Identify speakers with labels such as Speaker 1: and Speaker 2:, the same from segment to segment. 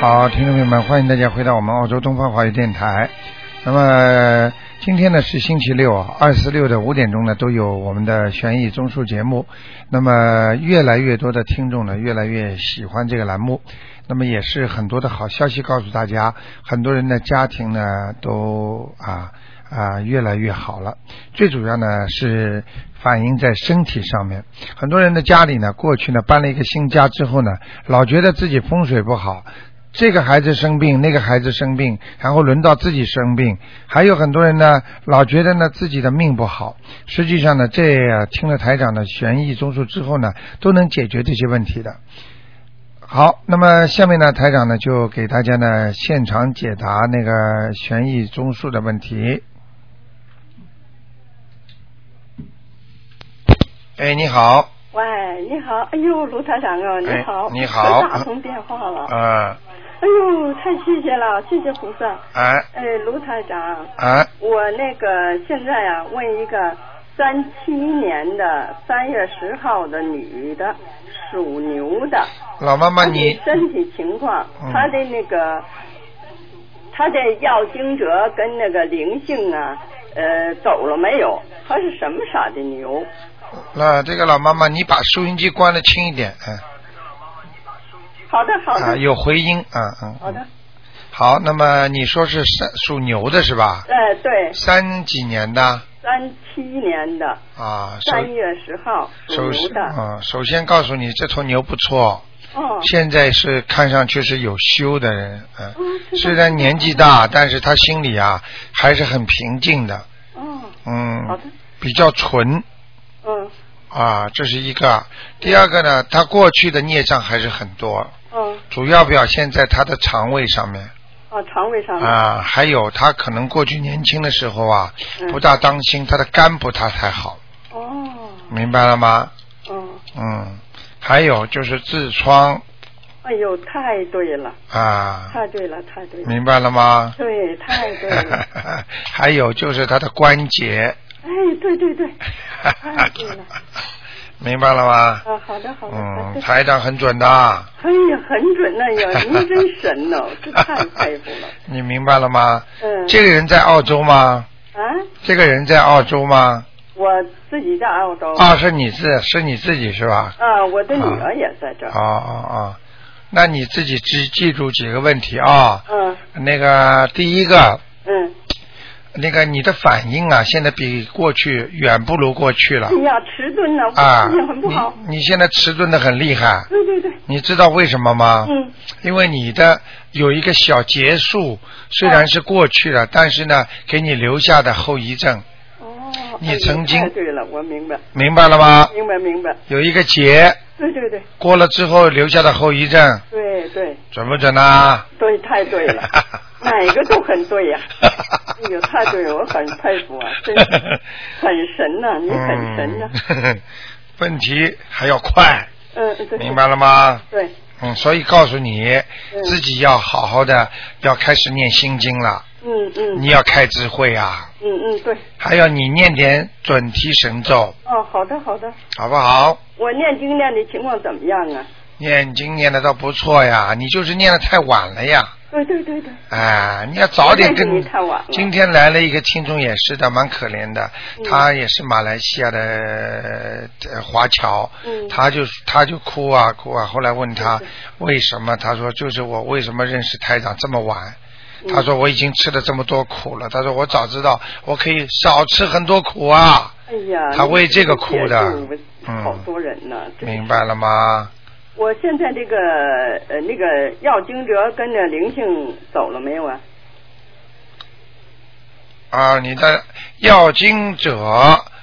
Speaker 1: 好，听众朋友们，欢迎大家回到我们澳洲东方华语电台。那么今天呢是星期六啊，二四六的五点钟呢都有我们的悬疑综述节目。那么越来越多的听众呢，越来越喜欢这个栏目。那么也是很多的好消息告诉大家，很多人的家庭呢都啊啊越来越好了。最主要呢是反映在身体上面。很多人的家里呢，过去呢搬了一个新家之后呢，老觉得自己风水不好，这个孩子生病，那个孩子生病，然后轮到自己生病，还有很多人呢，老觉得呢自己的命不好。实际上呢，这呃听了台长的悬疑综述之后呢，都能解决这些问题的。好，那么下面呢，台长呢就给大家呢现场解答那个悬疑综述的问题。哎，你好，
Speaker 2: 喂，你好，哎呦，卢台长啊，你
Speaker 1: 哎
Speaker 2: 好，
Speaker 1: 你好
Speaker 2: 打通电话了，
Speaker 1: 呃，
Speaker 2: 哎呦，太谢谢了，谢谢菩萨，
Speaker 1: 哎
Speaker 2: 哎，卢台长，
Speaker 1: 哎，
Speaker 2: 我那个现在啊，问一个三七年的三月十号的女的，属牛的，
Speaker 1: 老妈妈
Speaker 2: 她的
Speaker 1: 你
Speaker 2: 身体情况，
Speaker 1: 嗯
Speaker 2: 她的那个，她的药经者跟那个灵性啊，呃，走了没有？她是什么傻的牛？
Speaker 1: 那这个老妈妈，你把收音机关的轻一点，嗯
Speaker 2: 好的，好的，
Speaker 1: 啊，有回音，嗯嗯，
Speaker 2: 好的，
Speaker 1: 好，那么你说是三属牛的是吧？
Speaker 2: 哎，对。
Speaker 1: 三几年的
Speaker 2: 三七年的
Speaker 1: 啊？
Speaker 2: 三
Speaker 1: 首
Speaker 2: 月十号属
Speaker 1: 首
Speaker 2: 牛
Speaker 1: 先
Speaker 2: 的，
Speaker 1: 啊，首先告诉你，这头牛不错，
Speaker 2: 哦，
Speaker 1: 现在是看上去是有修的人，嗯，
Speaker 2: 嗯是的
Speaker 1: 虽然年纪大，但是他心里啊还是很平静的，
Speaker 2: 哦，好
Speaker 1: 嗯
Speaker 2: 的，，
Speaker 1: 比较纯
Speaker 2: 嗯
Speaker 1: 啊，这是一个。第二个呢，他过去的孽障还是很多，
Speaker 2: 嗯，
Speaker 1: 主要表现在他的肠胃上面
Speaker 2: 哦，肠胃上面，
Speaker 1: 啊，还有他可能过去年轻的时候啊，
Speaker 2: 嗯
Speaker 1: 不大当心他的肝不大太好，
Speaker 2: 哦，
Speaker 1: 明白了吗？
Speaker 2: 嗯，
Speaker 1: 嗯，还有就是痔疮
Speaker 2: 哎呦，太对了，
Speaker 1: 啊，
Speaker 2: 太对了，太对了，
Speaker 1: 明白啊了吗？
Speaker 2: 对，太对了，
Speaker 1: 还有就是他的关节，
Speaker 2: 哎，对对对，太对 了，
Speaker 1: 明白了吗？
Speaker 2: 啊，好的好的，好
Speaker 1: 嗯，
Speaker 2: 的
Speaker 1: 台长很准的。
Speaker 2: 哎呀，很准哎呀，您真神 呐，这太佩服了，
Speaker 1: 你明白了吗？
Speaker 2: 嗯，
Speaker 1: 这个人在澳洲吗？
Speaker 2: 啊，
Speaker 1: 这个人在澳洲吗？
Speaker 2: 我自己在澳洲，
Speaker 1: 啊，是你自是你自己是吧？
Speaker 2: 啊，我的女儿也在这
Speaker 1: 啊
Speaker 2: 儿，
Speaker 1: 啊啊！那你自己记记住几个问题啊。
Speaker 2: 嗯
Speaker 1: 那个第一个，
Speaker 2: 嗯，
Speaker 1: 那个你的反应啊，现在比过去远不如过去了
Speaker 2: 哎呀，迟钝呢，
Speaker 1: 啊！
Speaker 2: 我心情很不好。
Speaker 1: 你你现在迟钝的很厉害，
Speaker 2: 对对对，
Speaker 1: 你知道为什么吗？
Speaker 2: 嗯，
Speaker 1: 因为你的有一个小结束，虽然是过去
Speaker 2: 嗯
Speaker 1: 了，但是呢，给你留下的后遗症，
Speaker 2: 哦，
Speaker 1: 你曾经
Speaker 2: 哎太对了，我明白，
Speaker 1: 明白了吗？
Speaker 2: 明白，明白，
Speaker 1: 有一个结
Speaker 2: 对对对，
Speaker 1: 过了之后留下的后遗症，
Speaker 2: 对对
Speaker 1: 准不准 啊？，
Speaker 2: 对，太对了 哪个都很对呀、哎呦，太对了，我很佩服啊，真是很神呐、你很神啊呐、
Speaker 1: 嗯 问题还要快，
Speaker 2: 嗯，对，
Speaker 1: 明白了吗？
Speaker 2: 对，
Speaker 1: 嗯，所以告诉你，
Speaker 2: 嗯
Speaker 1: 自己要好好的，要开始念心经了，
Speaker 2: 嗯嗯
Speaker 1: 你要开智慧啊，
Speaker 2: 嗯嗯，对，
Speaker 1: 还要你念点准提神咒，
Speaker 2: 哦，好的好的，
Speaker 1: 好不好？
Speaker 2: 我念经念的情况怎么样啊？
Speaker 1: 念经念的倒不错呀，你就是念的太晚了呀。
Speaker 2: 对对对对，
Speaker 1: 哎，你要早点跟
Speaker 2: 我认识你太晚了
Speaker 1: 今天来了一个听众也是的，蛮可怜的，
Speaker 2: 嗯
Speaker 1: 他也是马来西亚的、呃、华侨，
Speaker 2: 嗯
Speaker 1: 他就他就哭啊哭啊，后来问他
Speaker 2: 是是
Speaker 1: 为什么，他说就是我为什么认识台长这么晚。
Speaker 2: 嗯
Speaker 1: 他说我已经吃了这么多苦了，他说我早知道我可以少吃很多苦啊，
Speaker 2: 哎呀，
Speaker 1: 他为这个哭的
Speaker 2: 你这个解救
Speaker 1: 嗯
Speaker 2: 好多人呢、真是
Speaker 1: 明白了吗？
Speaker 2: 我现在这个呃那个药经者跟着灵性走了没有啊？
Speaker 1: 啊，你的要经者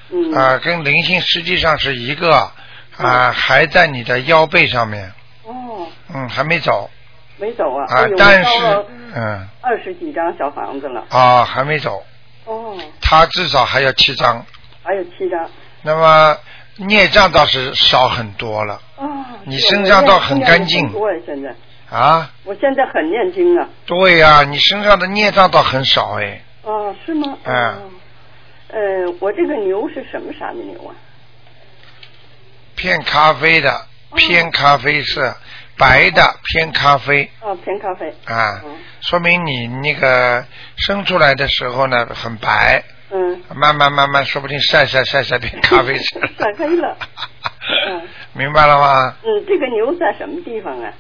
Speaker 2: 嗯，
Speaker 1: 啊，跟灵性实际上是一个啊，还在你的腰背上面，
Speaker 2: 哦，
Speaker 1: 嗯，还没走
Speaker 2: 没走啊。
Speaker 1: 啊
Speaker 2: 哎呦，
Speaker 1: 但
Speaker 2: 我烧
Speaker 1: 是
Speaker 2: 了
Speaker 1: 嗯
Speaker 2: 二十几张小房子了。
Speaker 1: 啊，还没走，
Speaker 2: 哦，
Speaker 1: 他至少还要七张，
Speaker 2: 还有七张。
Speaker 1: 那么孽障倒是少很多了
Speaker 2: 啊，
Speaker 1: 你
Speaker 2: 是
Speaker 1: 身
Speaker 2: 我
Speaker 1: 上
Speaker 2: 念
Speaker 1: 倒很
Speaker 2: 念
Speaker 1: 干
Speaker 2: 得
Speaker 1: 净
Speaker 2: 很多呀，现在
Speaker 1: 啊。
Speaker 2: 我现在很念经啊。
Speaker 1: 对呀、你身上的孽障倒很少哎，
Speaker 2: 啊，是吗？
Speaker 1: 啊
Speaker 2: 哦。呃，我这个牛是什么啥的牛啊？
Speaker 1: 骗咖啡的，偏咖啡色，白的偏咖啡
Speaker 2: 哦，偏咖啡。
Speaker 1: 啊
Speaker 2: 嗯，
Speaker 1: 说明你那个生出来的时候呢很白，
Speaker 2: 嗯，
Speaker 1: 慢慢慢慢，说不定晒晒晒晒变咖啡色
Speaker 2: 晒黑了。嗯
Speaker 1: 明白了吗？
Speaker 2: 嗯，这个牛在什么地方啊？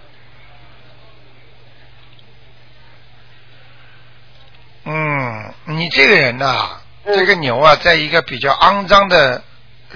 Speaker 1: 嗯，你这个人呐、
Speaker 2: 嗯
Speaker 1: 这个牛啊，在一个比较肮脏的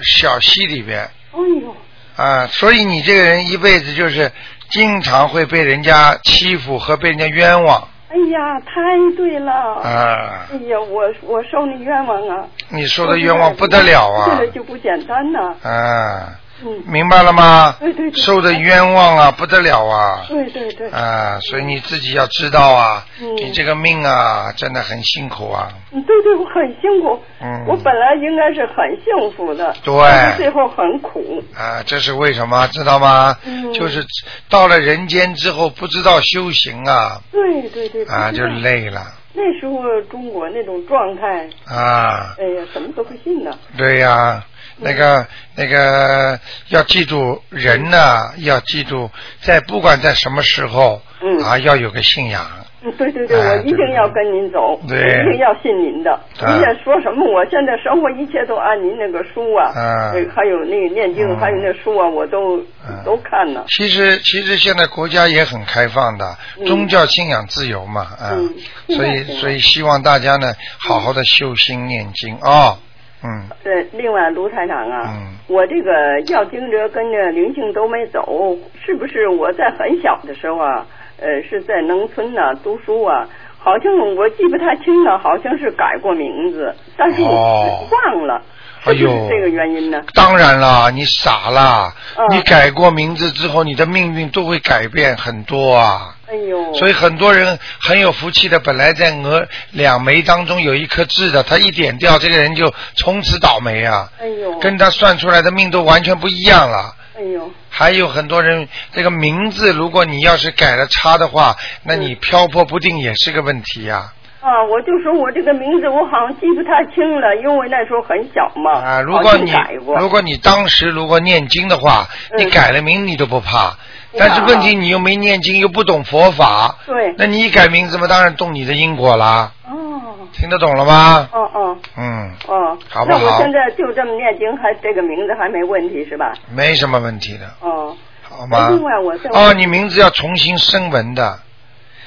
Speaker 1: 小溪里边
Speaker 2: 哎
Speaker 3: 嗯
Speaker 2: 呦，
Speaker 1: 啊，所以你这个人一辈子就是经常会被人家欺负和被人家冤枉
Speaker 2: 哎呀，太对了。
Speaker 1: 啊
Speaker 2: 哎。呀，我我受你冤枉啊！
Speaker 1: 你受的冤枉不得了啊
Speaker 2: 这个就不简单呐、
Speaker 1: 啊，
Speaker 2: 嗯，
Speaker 1: 明白了吗？
Speaker 2: 哎对对对
Speaker 1: 受的冤枉啊，不得了啊
Speaker 2: 对对对，
Speaker 1: 啊！所以你自己要知道啊，
Speaker 2: 嗯
Speaker 1: 你这个命啊，真的很辛苦啊。
Speaker 2: 嗯，对对，我很辛苦。
Speaker 1: 嗯
Speaker 2: 我本来应该是很幸福的，
Speaker 1: 对
Speaker 2: 但是最后很苦。
Speaker 1: 啊，这是为什么？知道吗？
Speaker 2: 嗯
Speaker 1: 就是到了人间之后，不知道修行啊，
Speaker 2: 对对对，
Speaker 1: 啊，
Speaker 2: 不
Speaker 1: 就
Speaker 2: 知道
Speaker 1: 累了
Speaker 2: 那时候中国那种状态，
Speaker 1: 啊。
Speaker 2: 哎呀，什么都不信呢。
Speaker 1: 对呀、那
Speaker 2: 嗯
Speaker 1: 个那个，要记住人呐、要记住，在不管在什么时候，
Speaker 2: 嗯
Speaker 1: 啊，要有个信仰。
Speaker 2: 嗯，对对对，
Speaker 1: 哎
Speaker 2: 我一定要跟您走，
Speaker 1: 对
Speaker 2: 我一定要信您的。
Speaker 1: 对
Speaker 2: 您也说什么，我现在生活一切都按您那个书啊，
Speaker 1: 嗯
Speaker 2: 呃还有那个念经，
Speaker 1: 嗯
Speaker 2: 还有那书啊，我都、
Speaker 1: 嗯
Speaker 2: 都看呢。
Speaker 1: 其实其实现在国家也很开放的，
Speaker 2: 嗯
Speaker 1: 宗教信仰自由嘛，啊，
Speaker 2: 嗯
Speaker 1: 所
Speaker 2: 现在是嗯
Speaker 1: 以
Speaker 2: 吗
Speaker 1: 所以希望大家呢，好好的修心念经啊、嗯，
Speaker 2: 对，另外卢台长啊，
Speaker 1: 嗯
Speaker 2: 我这个要经者跟着灵性都没走，是不是我在很小的时候啊，呃，是在农村呐、读书啊，好像我记不太清了，好像是改过名字，但是
Speaker 1: 哦
Speaker 2: 我忘了，
Speaker 1: 哎
Speaker 2: 是
Speaker 1: 呦
Speaker 2: 不是这个原因呢？
Speaker 1: 当然啦，你傻啦！
Speaker 2: 嗯
Speaker 1: 你改过名字之后，你的命运都会改变很多啊。
Speaker 2: 哎呦，
Speaker 1: 所以很多人很有福气的，本来在额两眉当中有一颗痣的，他一点掉，这个人就从此倒霉啊，
Speaker 2: 哎呦，
Speaker 1: 跟他算出来的命都完全不一样了。
Speaker 2: 哎呦，
Speaker 1: 还有很多人，这个名字如果你要是改了差的话，那
Speaker 2: 嗯
Speaker 1: 你漂泊不定也是个问题呀、
Speaker 2: 啊，我就说我这个名字我好像记不太清了，因为那时候很小嘛，
Speaker 1: 啊。如果你
Speaker 2: 好哦像改过，
Speaker 1: 如果你当时如果念经的话，你
Speaker 2: 嗯
Speaker 1: 改了名你都不怕，
Speaker 2: 不怕
Speaker 1: 但是问题你又没念经，又不懂佛法，
Speaker 2: 对，
Speaker 1: 那你一改名字嘛，当然动你的因果啦。
Speaker 2: 哦，
Speaker 1: 听得懂了吗？
Speaker 2: 哦哦
Speaker 1: 嗯，
Speaker 2: 哦，
Speaker 1: 好不
Speaker 2: 那我
Speaker 1: 好
Speaker 2: 现在就这么念经，还这个名字还没问题是吧？
Speaker 1: 没什么问题的，
Speaker 2: 哦，
Speaker 1: 好吗？
Speaker 2: 另外我再
Speaker 1: 哦，你名字要重新升文的，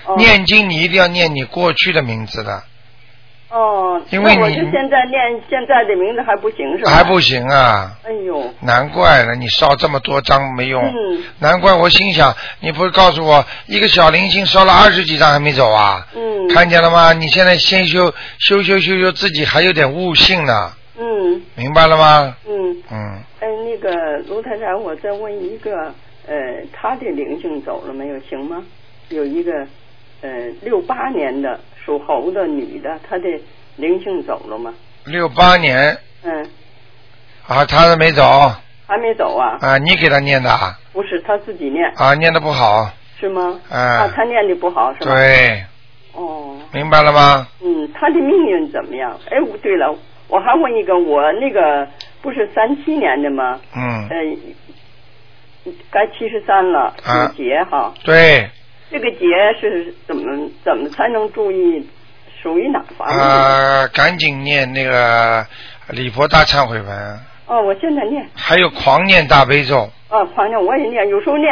Speaker 2: 哦
Speaker 1: 念经你一定要念你过去的名字的，
Speaker 2: 哦，
Speaker 1: 因为
Speaker 2: 那我
Speaker 1: 你
Speaker 2: 就现在念现在的名字还不行是吧？
Speaker 1: 还不，行啊。
Speaker 2: 哎呦，
Speaker 1: 难怪了，你烧这么多张没用。
Speaker 2: 嗯
Speaker 1: 难怪我心想，你不是告诉我一个小灵性烧了二十几张还没走啊？
Speaker 2: 嗯，
Speaker 1: 看见了吗？你现在先修修修修修，自己还有点悟性呢，
Speaker 2: 嗯
Speaker 1: 明白了吗？
Speaker 2: 嗯，
Speaker 1: 嗯，
Speaker 2: 哎，那个卢台长，我再问一个，呃，他的灵性走了没有？行吗？有一个，呃，六八年的属猴的女的，她的灵性走了吗？
Speaker 1: 六八年
Speaker 2: 嗯，
Speaker 1: 啊，他还没走
Speaker 2: 还没走啊？
Speaker 1: 啊，你给他念的啊，
Speaker 2: 不是，她自己念
Speaker 1: 啊念的不好，
Speaker 2: 是吗？
Speaker 1: 嗯
Speaker 2: 啊，她念的不好是吧？。
Speaker 1: 对，
Speaker 2: 哦，
Speaker 1: 明白了吗？
Speaker 2: 嗯，她的命运怎么样？哎，我对了，我还问一个，我那个不是三七年的吗？
Speaker 1: 嗯，
Speaker 2: 呃，该七十三了，
Speaker 1: 啊
Speaker 2: 有劫哈。
Speaker 1: 对，
Speaker 2: 这个节是怎么怎么才能注意？属于哪方面？
Speaker 1: 啊，赶紧念那个礼佛大忏悔文，
Speaker 2: 哦，我现在念
Speaker 1: 还有狂念大悲咒。
Speaker 2: 啊，反正我也念，有时候念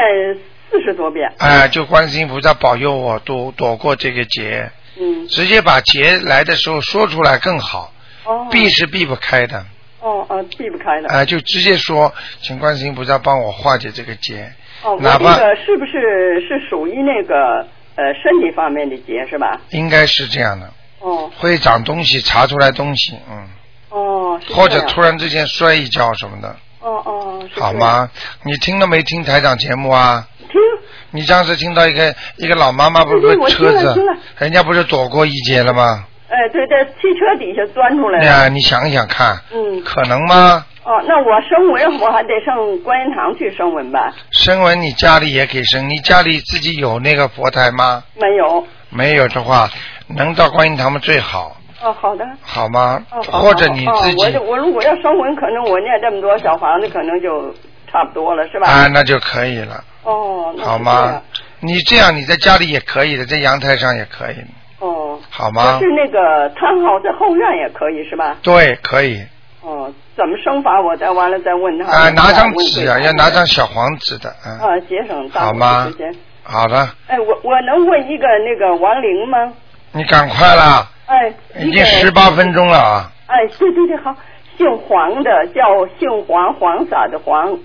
Speaker 2: 四十多遍。
Speaker 1: 哎，就观世音菩萨保佑我躲躲过这个劫，
Speaker 2: 嗯，
Speaker 1: 直接把劫来的时候说出来更好，
Speaker 2: 哦，
Speaker 1: 避是避不开的，
Speaker 2: 哦哦，避不开的。
Speaker 1: 哎，就直接说，请观世音菩萨帮我化解这个劫，
Speaker 2: 哦，我
Speaker 1: 哪
Speaker 2: 这
Speaker 1: 怕
Speaker 2: 个是不是是属于那个呃身体方面的节是吧？
Speaker 1: 应该是这样的，
Speaker 2: 哦
Speaker 1: 会长东西，查出来东西，嗯，
Speaker 2: 哦，是这样
Speaker 1: 或者突然之间摔一跤什么的，
Speaker 2: 哦哦，是这
Speaker 1: 好？
Speaker 2: 样
Speaker 1: 吗？你听了没听台长节目啊？
Speaker 2: 听，
Speaker 1: 你上次听到一个一个老妈妈不
Speaker 2: 对
Speaker 1: 是
Speaker 2: 对我听
Speaker 1: 车
Speaker 2: 了
Speaker 1: 子
Speaker 2: 听了，
Speaker 1: 人家不是躲过一劫了吗？
Speaker 2: 哎，对，在汽车底下钻出来
Speaker 1: 哎
Speaker 2: 了。
Speaker 1: 呀，你想想看，
Speaker 2: 嗯，
Speaker 1: 可能吗？
Speaker 2: 哦，那我升文我还得上观音堂去升文吧？
Speaker 1: 声纹你家里也可以生，你家里自己有那个佛台吗？
Speaker 2: 没有。
Speaker 1: 没有的话，能到观音堂吗？最好，
Speaker 2: 哦，好的。
Speaker 1: 好吗？
Speaker 2: 哦好
Speaker 1: 或者你自
Speaker 2: 哦、我
Speaker 1: 己、
Speaker 2: 就我如果要升文，可能我念这么多小房子，可能就差不多了，是吧？
Speaker 1: 啊，那就可以了，
Speaker 2: 哦，那是
Speaker 1: 好
Speaker 2: 这
Speaker 1: 吗
Speaker 2: 样？
Speaker 1: 你这样你在家里也可以的，在阳台上也可以，
Speaker 2: 哦，
Speaker 1: 好吗
Speaker 2: 就是？那个摊号在后院也可以是吧？
Speaker 1: 对，可以
Speaker 2: 哦，怎么生法？我再完了再问他。
Speaker 1: 啊，拿张
Speaker 2: 我问
Speaker 1: 纸
Speaker 2: 问
Speaker 1: 啊，
Speaker 2: 他
Speaker 1: 要拿张小黄纸的，嗯，
Speaker 2: 啊，节省大
Speaker 1: 好
Speaker 2: 部
Speaker 1: 吗
Speaker 2: 分时间。
Speaker 1: 好了，
Speaker 2: 哎，我我能问一个那个亡灵吗？
Speaker 1: 你赶快啦，
Speaker 2: 哎，
Speaker 1: 已
Speaker 2: 一个
Speaker 1: 经十。八分钟了啊，
Speaker 2: 哎，对对对，好，姓黄的叫姓黄，黄色的黄。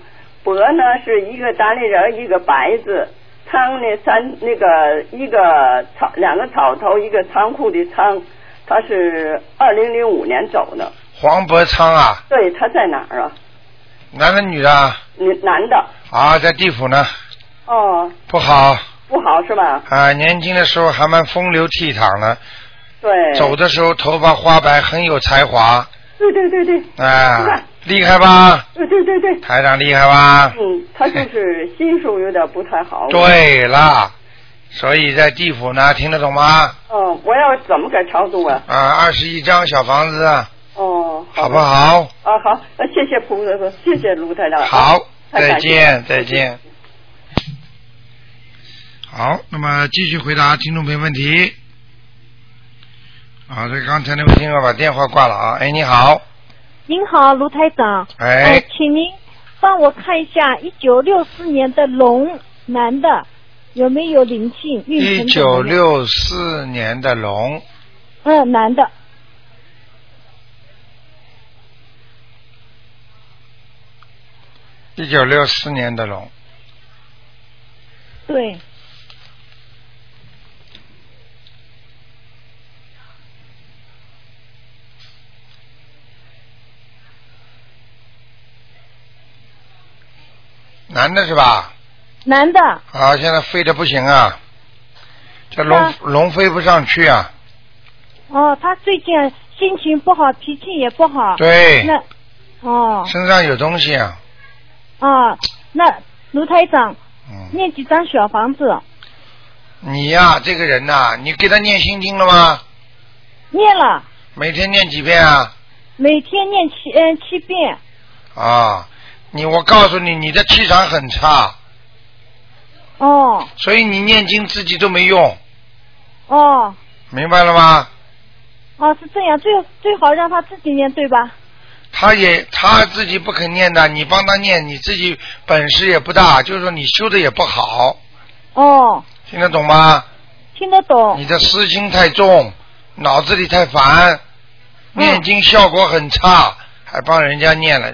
Speaker 2: 伯呢是一个单立人儿，一个白字。仓呢三那个一个仓两个草头，一个仓库的仓。他是二零零五年走的。
Speaker 1: 黄伯昌啊，
Speaker 2: 对，他在哪儿啊？
Speaker 1: 男的女的啊
Speaker 2: 你男的。
Speaker 1: 啊，在地府呢，
Speaker 2: 哦，
Speaker 1: 不好
Speaker 2: 不好是吧？
Speaker 1: 啊，年轻的时候还蛮风流倜傥的，
Speaker 2: 对。
Speaker 1: 走的时候头发花白，很有才华，
Speaker 2: 对对对对，
Speaker 1: 啊，厉害吧？
Speaker 2: 对对对对。
Speaker 1: 台长厉害 吧？
Speaker 2: 嗯，他就是心术有点不太好。。
Speaker 1: 对啦，所以在地府呢，听得懂吗？
Speaker 2: 嗯，我要怎么给超度啊？
Speaker 1: 啊，二十一张小房子，啊
Speaker 2: 哦，
Speaker 1: 好
Speaker 2: 好
Speaker 1: 不好？
Speaker 2: 啊，好，那谢谢菩萨，谢谢卢台长。
Speaker 1: 好，
Speaker 2: 太
Speaker 1: 再
Speaker 2: 感谢
Speaker 1: 见，再见。好，那么继续回答听众朋友问题。啊，这刚才那位听众把电话挂了啊。哎，你好，
Speaker 4: 您好，卢台长。
Speaker 1: 哎
Speaker 4: 呃请您帮我看一下，一九六四年的龙男的有没有灵性
Speaker 1: 一
Speaker 4: 运程怎么
Speaker 1: 九
Speaker 4: 样？
Speaker 1: 六四年的龙，
Speaker 4: 嗯，男的。
Speaker 1: 一九六四年的龙，
Speaker 4: 对，
Speaker 1: 男的是吧？
Speaker 4: 男的。
Speaker 1: 啊，现在飞的不行啊，这龙
Speaker 4: 啊
Speaker 1: 龙飞不上去啊。
Speaker 4: 哦，他最近心情不好，脾气也不好。。
Speaker 1: 对，
Speaker 4: 那，哦，
Speaker 1: 身上有东西啊。
Speaker 4: 啊，那卢台长
Speaker 1: 嗯，
Speaker 4: 念几张小房子？
Speaker 1: 你呀、这个人呐、你给他念心经了吗？
Speaker 4: 念了，
Speaker 1: 每天念几遍啊？
Speaker 4: 每天念七嗯、七遍。
Speaker 1: 啊，你我告诉你，你的气场很差，
Speaker 4: 哦
Speaker 1: 所以你念经自己都没用，
Speaker 4: 哦
Speaker 1: 明白了吗？
Speaker 4: 哦，是这样，最最好让他自己念，对吧？
Speaker 1: 他也他自己不肯念的，你帮他念，你自己本事也不大，就是说你修的也不好，
Speaker 4: 哦，
Speaker 1: 听得懂吗？
Speaker 4: 听得懂。
Speaker 1: 你的私心太重，脑子里太烦，
Speaker 4: 嗯
Speaker 1: 念经效果很差，还帮人家念了，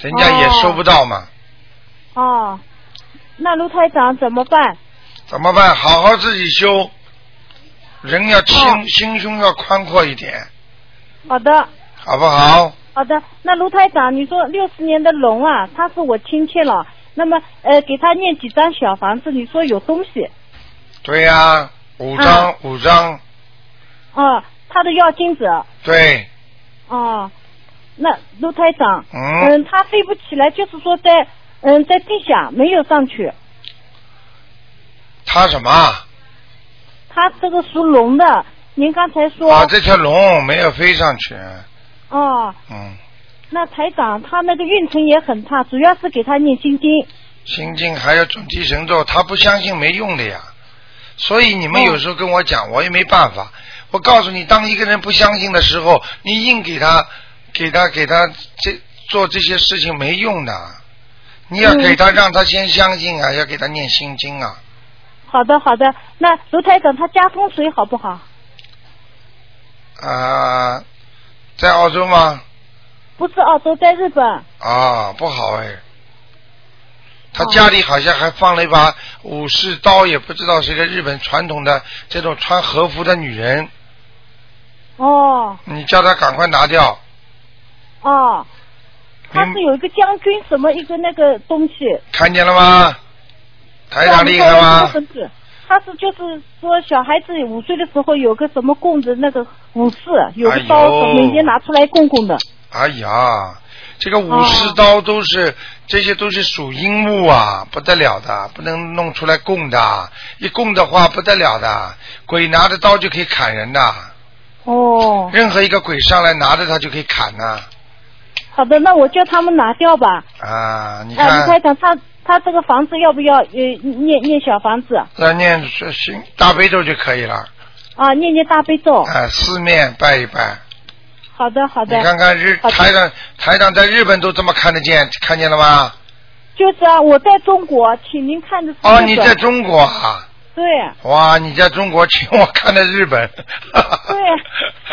Speaker 1: 人家也收不到嘛，
Speaker 4: 哦，那卢台长怎么办？
Speaker 1: 怎么办？好好自己修，人要心、
Speaker 4: 哦
Speaker 1: 心胸要宽阔一点，
Speaker 4: 好的，
Speaker 1: 好不好？
Speaker 4: 好的。那卢台长，你说六十年的龙啊，他是我亲戚了。那么，呃，给他念几张小房子？你说有东西，
Speaker 1: 对呀、五张、
Speaker 4: 嗯
Speaker 1: 五张，
Speaker 4: 啊、他的要金者，
Speaker 1: 对，
Speaker 4: 哦，那卢台长，
Speaker 1: 嗯
Speaker 4: 嗯，他飞不起来，就是说在，嗯，在地下没有上去。
Speaker 1: 他什么啊？
Speaker 4: 他这个属龙的，您刚才说，
Speaker 1: 啊，这条龙没有飞上去，
Speaker 4: 哦，
Speaker 1: 嗯，
Speaker 4: 那台长他那个运程也很差，主要是给他念心经。
Speaker 1: 心经还有准提神咒，他不相信没用的呀。所以你们
Speaker 4: 哦
Speaker 1: 有时候跟我讲，我也没办法。我告诉你，当一个人不相信的时候，你硬给他、给他、给他这做这些事情没用的。你要
Speaker 4: 嗯
Speaker 1: 给他，让他先相信啊，要给他念心经啊。
Speaker 4: 好的，好的。那卢台长他家风水好不好？
Speaker 1: 啊、在澳洲吗？
Speaker 4: 不是澳洲，在日本。
Speaker 1: 啊，不好哎。他家里好像还放了一把武士刀，也不知道是一个日本传统的这种穿和服的女人。
Speaker 4: 哦
Speaker 1: 你叫他赶快拿掉。
Speaker 4: 哦，他
Speaker 1: 明
Speaker 4: 是有一个将军什么一个那个东西。
Speaker 1: 看见了吗？
Speaker 4: 嗯
Speaker 1: 台长哎厉害吗？
Speaker 4: 他是就是说，小孩子五岁的时候有个什么供的那个武士，有个
Speaker 1: 哎
Speaker 4: 刀，
Speaker 1: 呦
Speaker 4: 每天拿出来供供的。
Speaker 1: 哎呀，这个
Speaker 4: 哦
Speaker 1: 武士刀都是、这些都是属阴木啊，不得了的，不能弄出来供的，一供的话不得了的，鬼拿着刀就可以砍人的，
Speaker 4: 哦，
Speaker 1: 啊任何一个鬼上来拿着他就可以砍呐、
Speaker 4: 好的，那我叫他们拿掉吧。
Speaker 1: 啊，你
Speaker 4: 啊，
Speaker 1: 看
Speaker 4: 卢台长，他他这个房子要不要呃念念小房子
Speaker 1: 要念是心大悲咒就可以了，
Speaker 4: 啊？念念大悲咒。
Speaker 1: 啊，四面拜一拜。
Speaker 4: 好的，好
Speaker 1: 你
Speaker 4: 的。
Speaker 1: 看看日
Speaker 4: 好的
Speaker 1: 台长，台长在日本都这么看得见，看见了吗？
Speaker 4: 就是啊，我在中国，请您看着是
Speaker 1: 哦，
Speaker 4: 那
Speaker 1: 你
Speaker 4: 种
Speaker 1: 在中国啊？
Speaker 4: 对
Speaker 1: 哇，你在中国，请我看的日本。
Speaker 4: 对，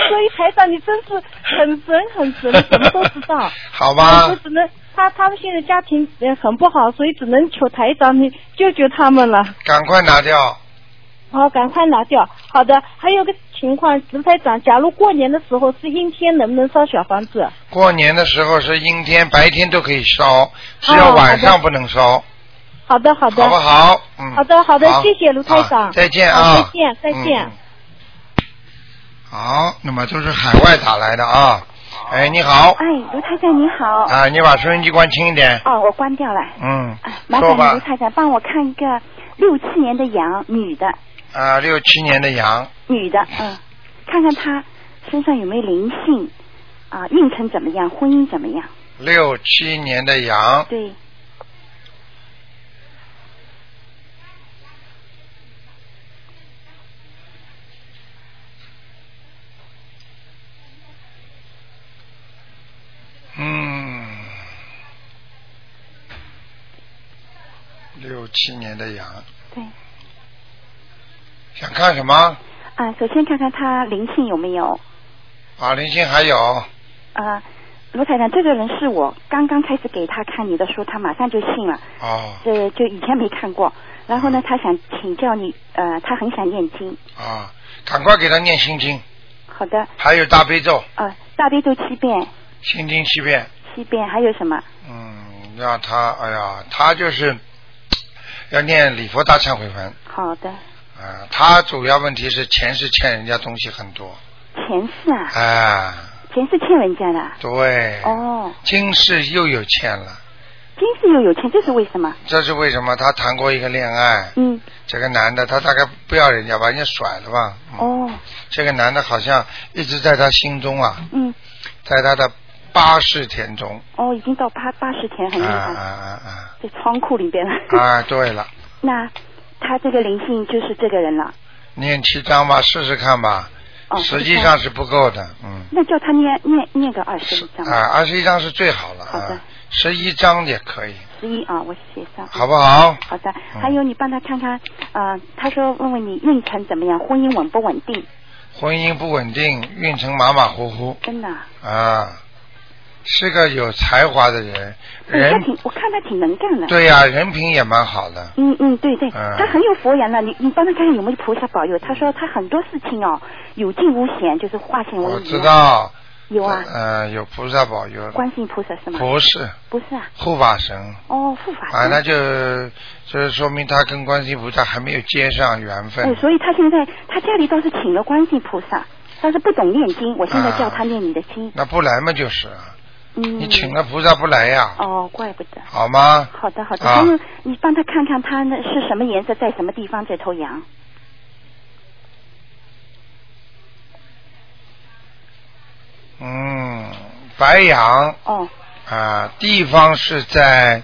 Speaker 4: 所以台长你真是很神很神，什么都知 道。
Speaker 1: 好
Speaker 4: 我
Speaker 1: 吧，
Speaker 4: 只能他他们现在家庭呃很不好，所以只能求台长你救救他们了。
Speaker 1: 赶快拿掉。
Speaker 4: 好，赶快拿掉。好的，还有个情况，卢台长，假如过年的时候是阴天，能不能烧小房子？
Speaker 1: 过年的时候是阴天，白天都可以烧，只要
Speaker 4: 哦
Speaker 1: 晚
Speaker 4: 好
Speaker 1: 上
Speaker 4: 的
Speaker 1: 不能烧，
Speaker 4: 好的，好的，
Speaker 1: 不好？嗯，
Speaker 4: 好的好的谢谢卢台
Speaker 1: 好
Speaker 4: 长
Speaker 1: 再见
Speaker 4: 好
Speaker 1: 啊，
Speaker 4: 再见再见
Speaker 1: 嗯好，那么都是海外打来的啊。哎，你好，
Speaker 5: 哎，卢太太你好。
Speaker 1: 啊，你把收音机关轻一点。
Speaker 5: 哦，我关掉了。
Speaker 1: 嗯
Speaker 5: 啊，麻
Speaker 1: 说
Speaker 5: 烦
Speaker 1: 吧
Speaker 5: 卢，太太帮我看一个六七年的羊，女的，
Speaker 1: 啊，六七年的羊，
Speaker 5: 女的，嗯，看看她身上有没有灵性，啊，运程怎么样，婚姻怎么样？
Speaker 1: 六七年的羊，
Speaker 5: 对，
Speaker 1: 嗯，六七年的羊，
Speaker 5: 对，
Speaker 1: 想看什么？
Speaker 5: 啊，首先看看她灵性有没有，
Speaker 1: 啊，林星还有，
Speaker 5: 啊，卢太太，这个人是我刚刚开始给她看你的书，她马上就信了，
Speaker 1: 哦，
Speaker 5: 这就以前没看过。然后呢，她想请教你，呃，她很想念经。
Speaker 1: 啊，赶快给他念心经，
Speaker 5: 好的，
Speaker 1: 还有大悲咒，
Speaker 5: 呃，大悲咒七遍，
Speaker 1: 心经七遍。
Speaker 5: 七遍，还有什么？
Speaker 1: 嗯，让他，哎呀，他就是要念礼佛大忏悔文
Speaker 5: 好的，
Speaker 1: 啊、他主要问题是前世欠人家东西很多，
Speaker 5: 前世啊。
Speaker 1: 哎、
Speaker 5: 钱是欠人家的啊。
Speaker 1: 对，
Speaker 5: 哦，
Speaker 1: 今世又有欠了。
Speaker 5: 今世又有钱，这是为什么？
Speaker 1: 这是为什么？他谈过一个恋爱，
Speaker 5: 嗯，
Speaker 1: 这个男的他大概不要人家吧，人家甩了吧。嗯、
Speaker 5: 哦，
Speaker 1: 这个男的好像一直在他心中啊，
Speaker 5: 嗯，
Speaker 1: 在他的八世田中。
Speaker 5: 哦，已经到八八十钱，很厉
Speaker 1: 啊
Speaker 5: 害，
Speaker 1: 啊啊
Speaker 5: 在仓库里边了。
Speaker 1: 啊！啊，对了，
Speaker 5: 那他这个灵性就是这个人了。
Speaker 1: 念七章吧，试试看吧。
Speaker 5: 哦，
Speaker 1: 实际
Speaker 5: 是这
Speaker 1: 上
Speaker 5: 样
Speaker 1: 是不够的，嗯。
Speaker 5: 那叫他念念念个二十一章，
Speaker 1: 啊，二十一章是最好了
Speaker 5: 好的
Speaker 1: 啊，十一章也可以，
Speaker 5: 十一啊，我写上。
Speaker 1: 好嗯不好？
Speaker 5: 好的，嗯还有你帮他看看，呃，他说问问你运程怎么样，婚姻稳不稳定？
Speaker 1: 婚姻不稳定，运程马马虎虎
Speaker 5: 真的啊，
Speaker 1: 啊，是个有才华的人，
Speaker 5: 对哎他
Speaker 1: 人
Speaker 5: 挺，我看他挺能干的。
Speaker 1: 对呀、人品也蛮好的。
Speaker 5: 嗯嗯，对对，
Speaker 1: 嗯
Speaker 5: 他很有佛缘了。你你帮他看看有没有菩萨保佑。他说他很多事情哦，有惊无险，就是化险为夷。啊
Speaker 1: 我知。道，
Speaker 5: 有啊，
Speaker 1: 呃，有菩萨保佑的，
Speaker 5: 观世音菩萨是吗？
Speaker 1: 不是
Speaker 5: 不是啊，
Speaker 1: 护法神
Speaker 5: 哦，护法
Speaker 1: 啊，
Speaker 5: 神。
Speaker 1: 那就就是说明他跟观世音菩萨还没有接上缘
Speaker 5: 哦
Speaker 1: 分，。
Speaker 5: 所以他现在他家里倒是请了观世音菩萨，但是不懂念经。我现在叫他念你的经。
Speaker 1: 那不来嘛就是啊，
Speaker 5: 嗯。
Speaker 1: 你请。了菩萨不来呀，
Speaker 5: 哦，怪不得。
Speaker 1: 好吗？
Speaker 5: 好的好的，
Speaker 1: 啊
Speaker 5: 还有你帮他看看他那是什么颜色，在什么地方？这头羊。
Speaker 1: 嗯，白羊
Speaker 5: 哦
Speaker 1: 啊，地方是在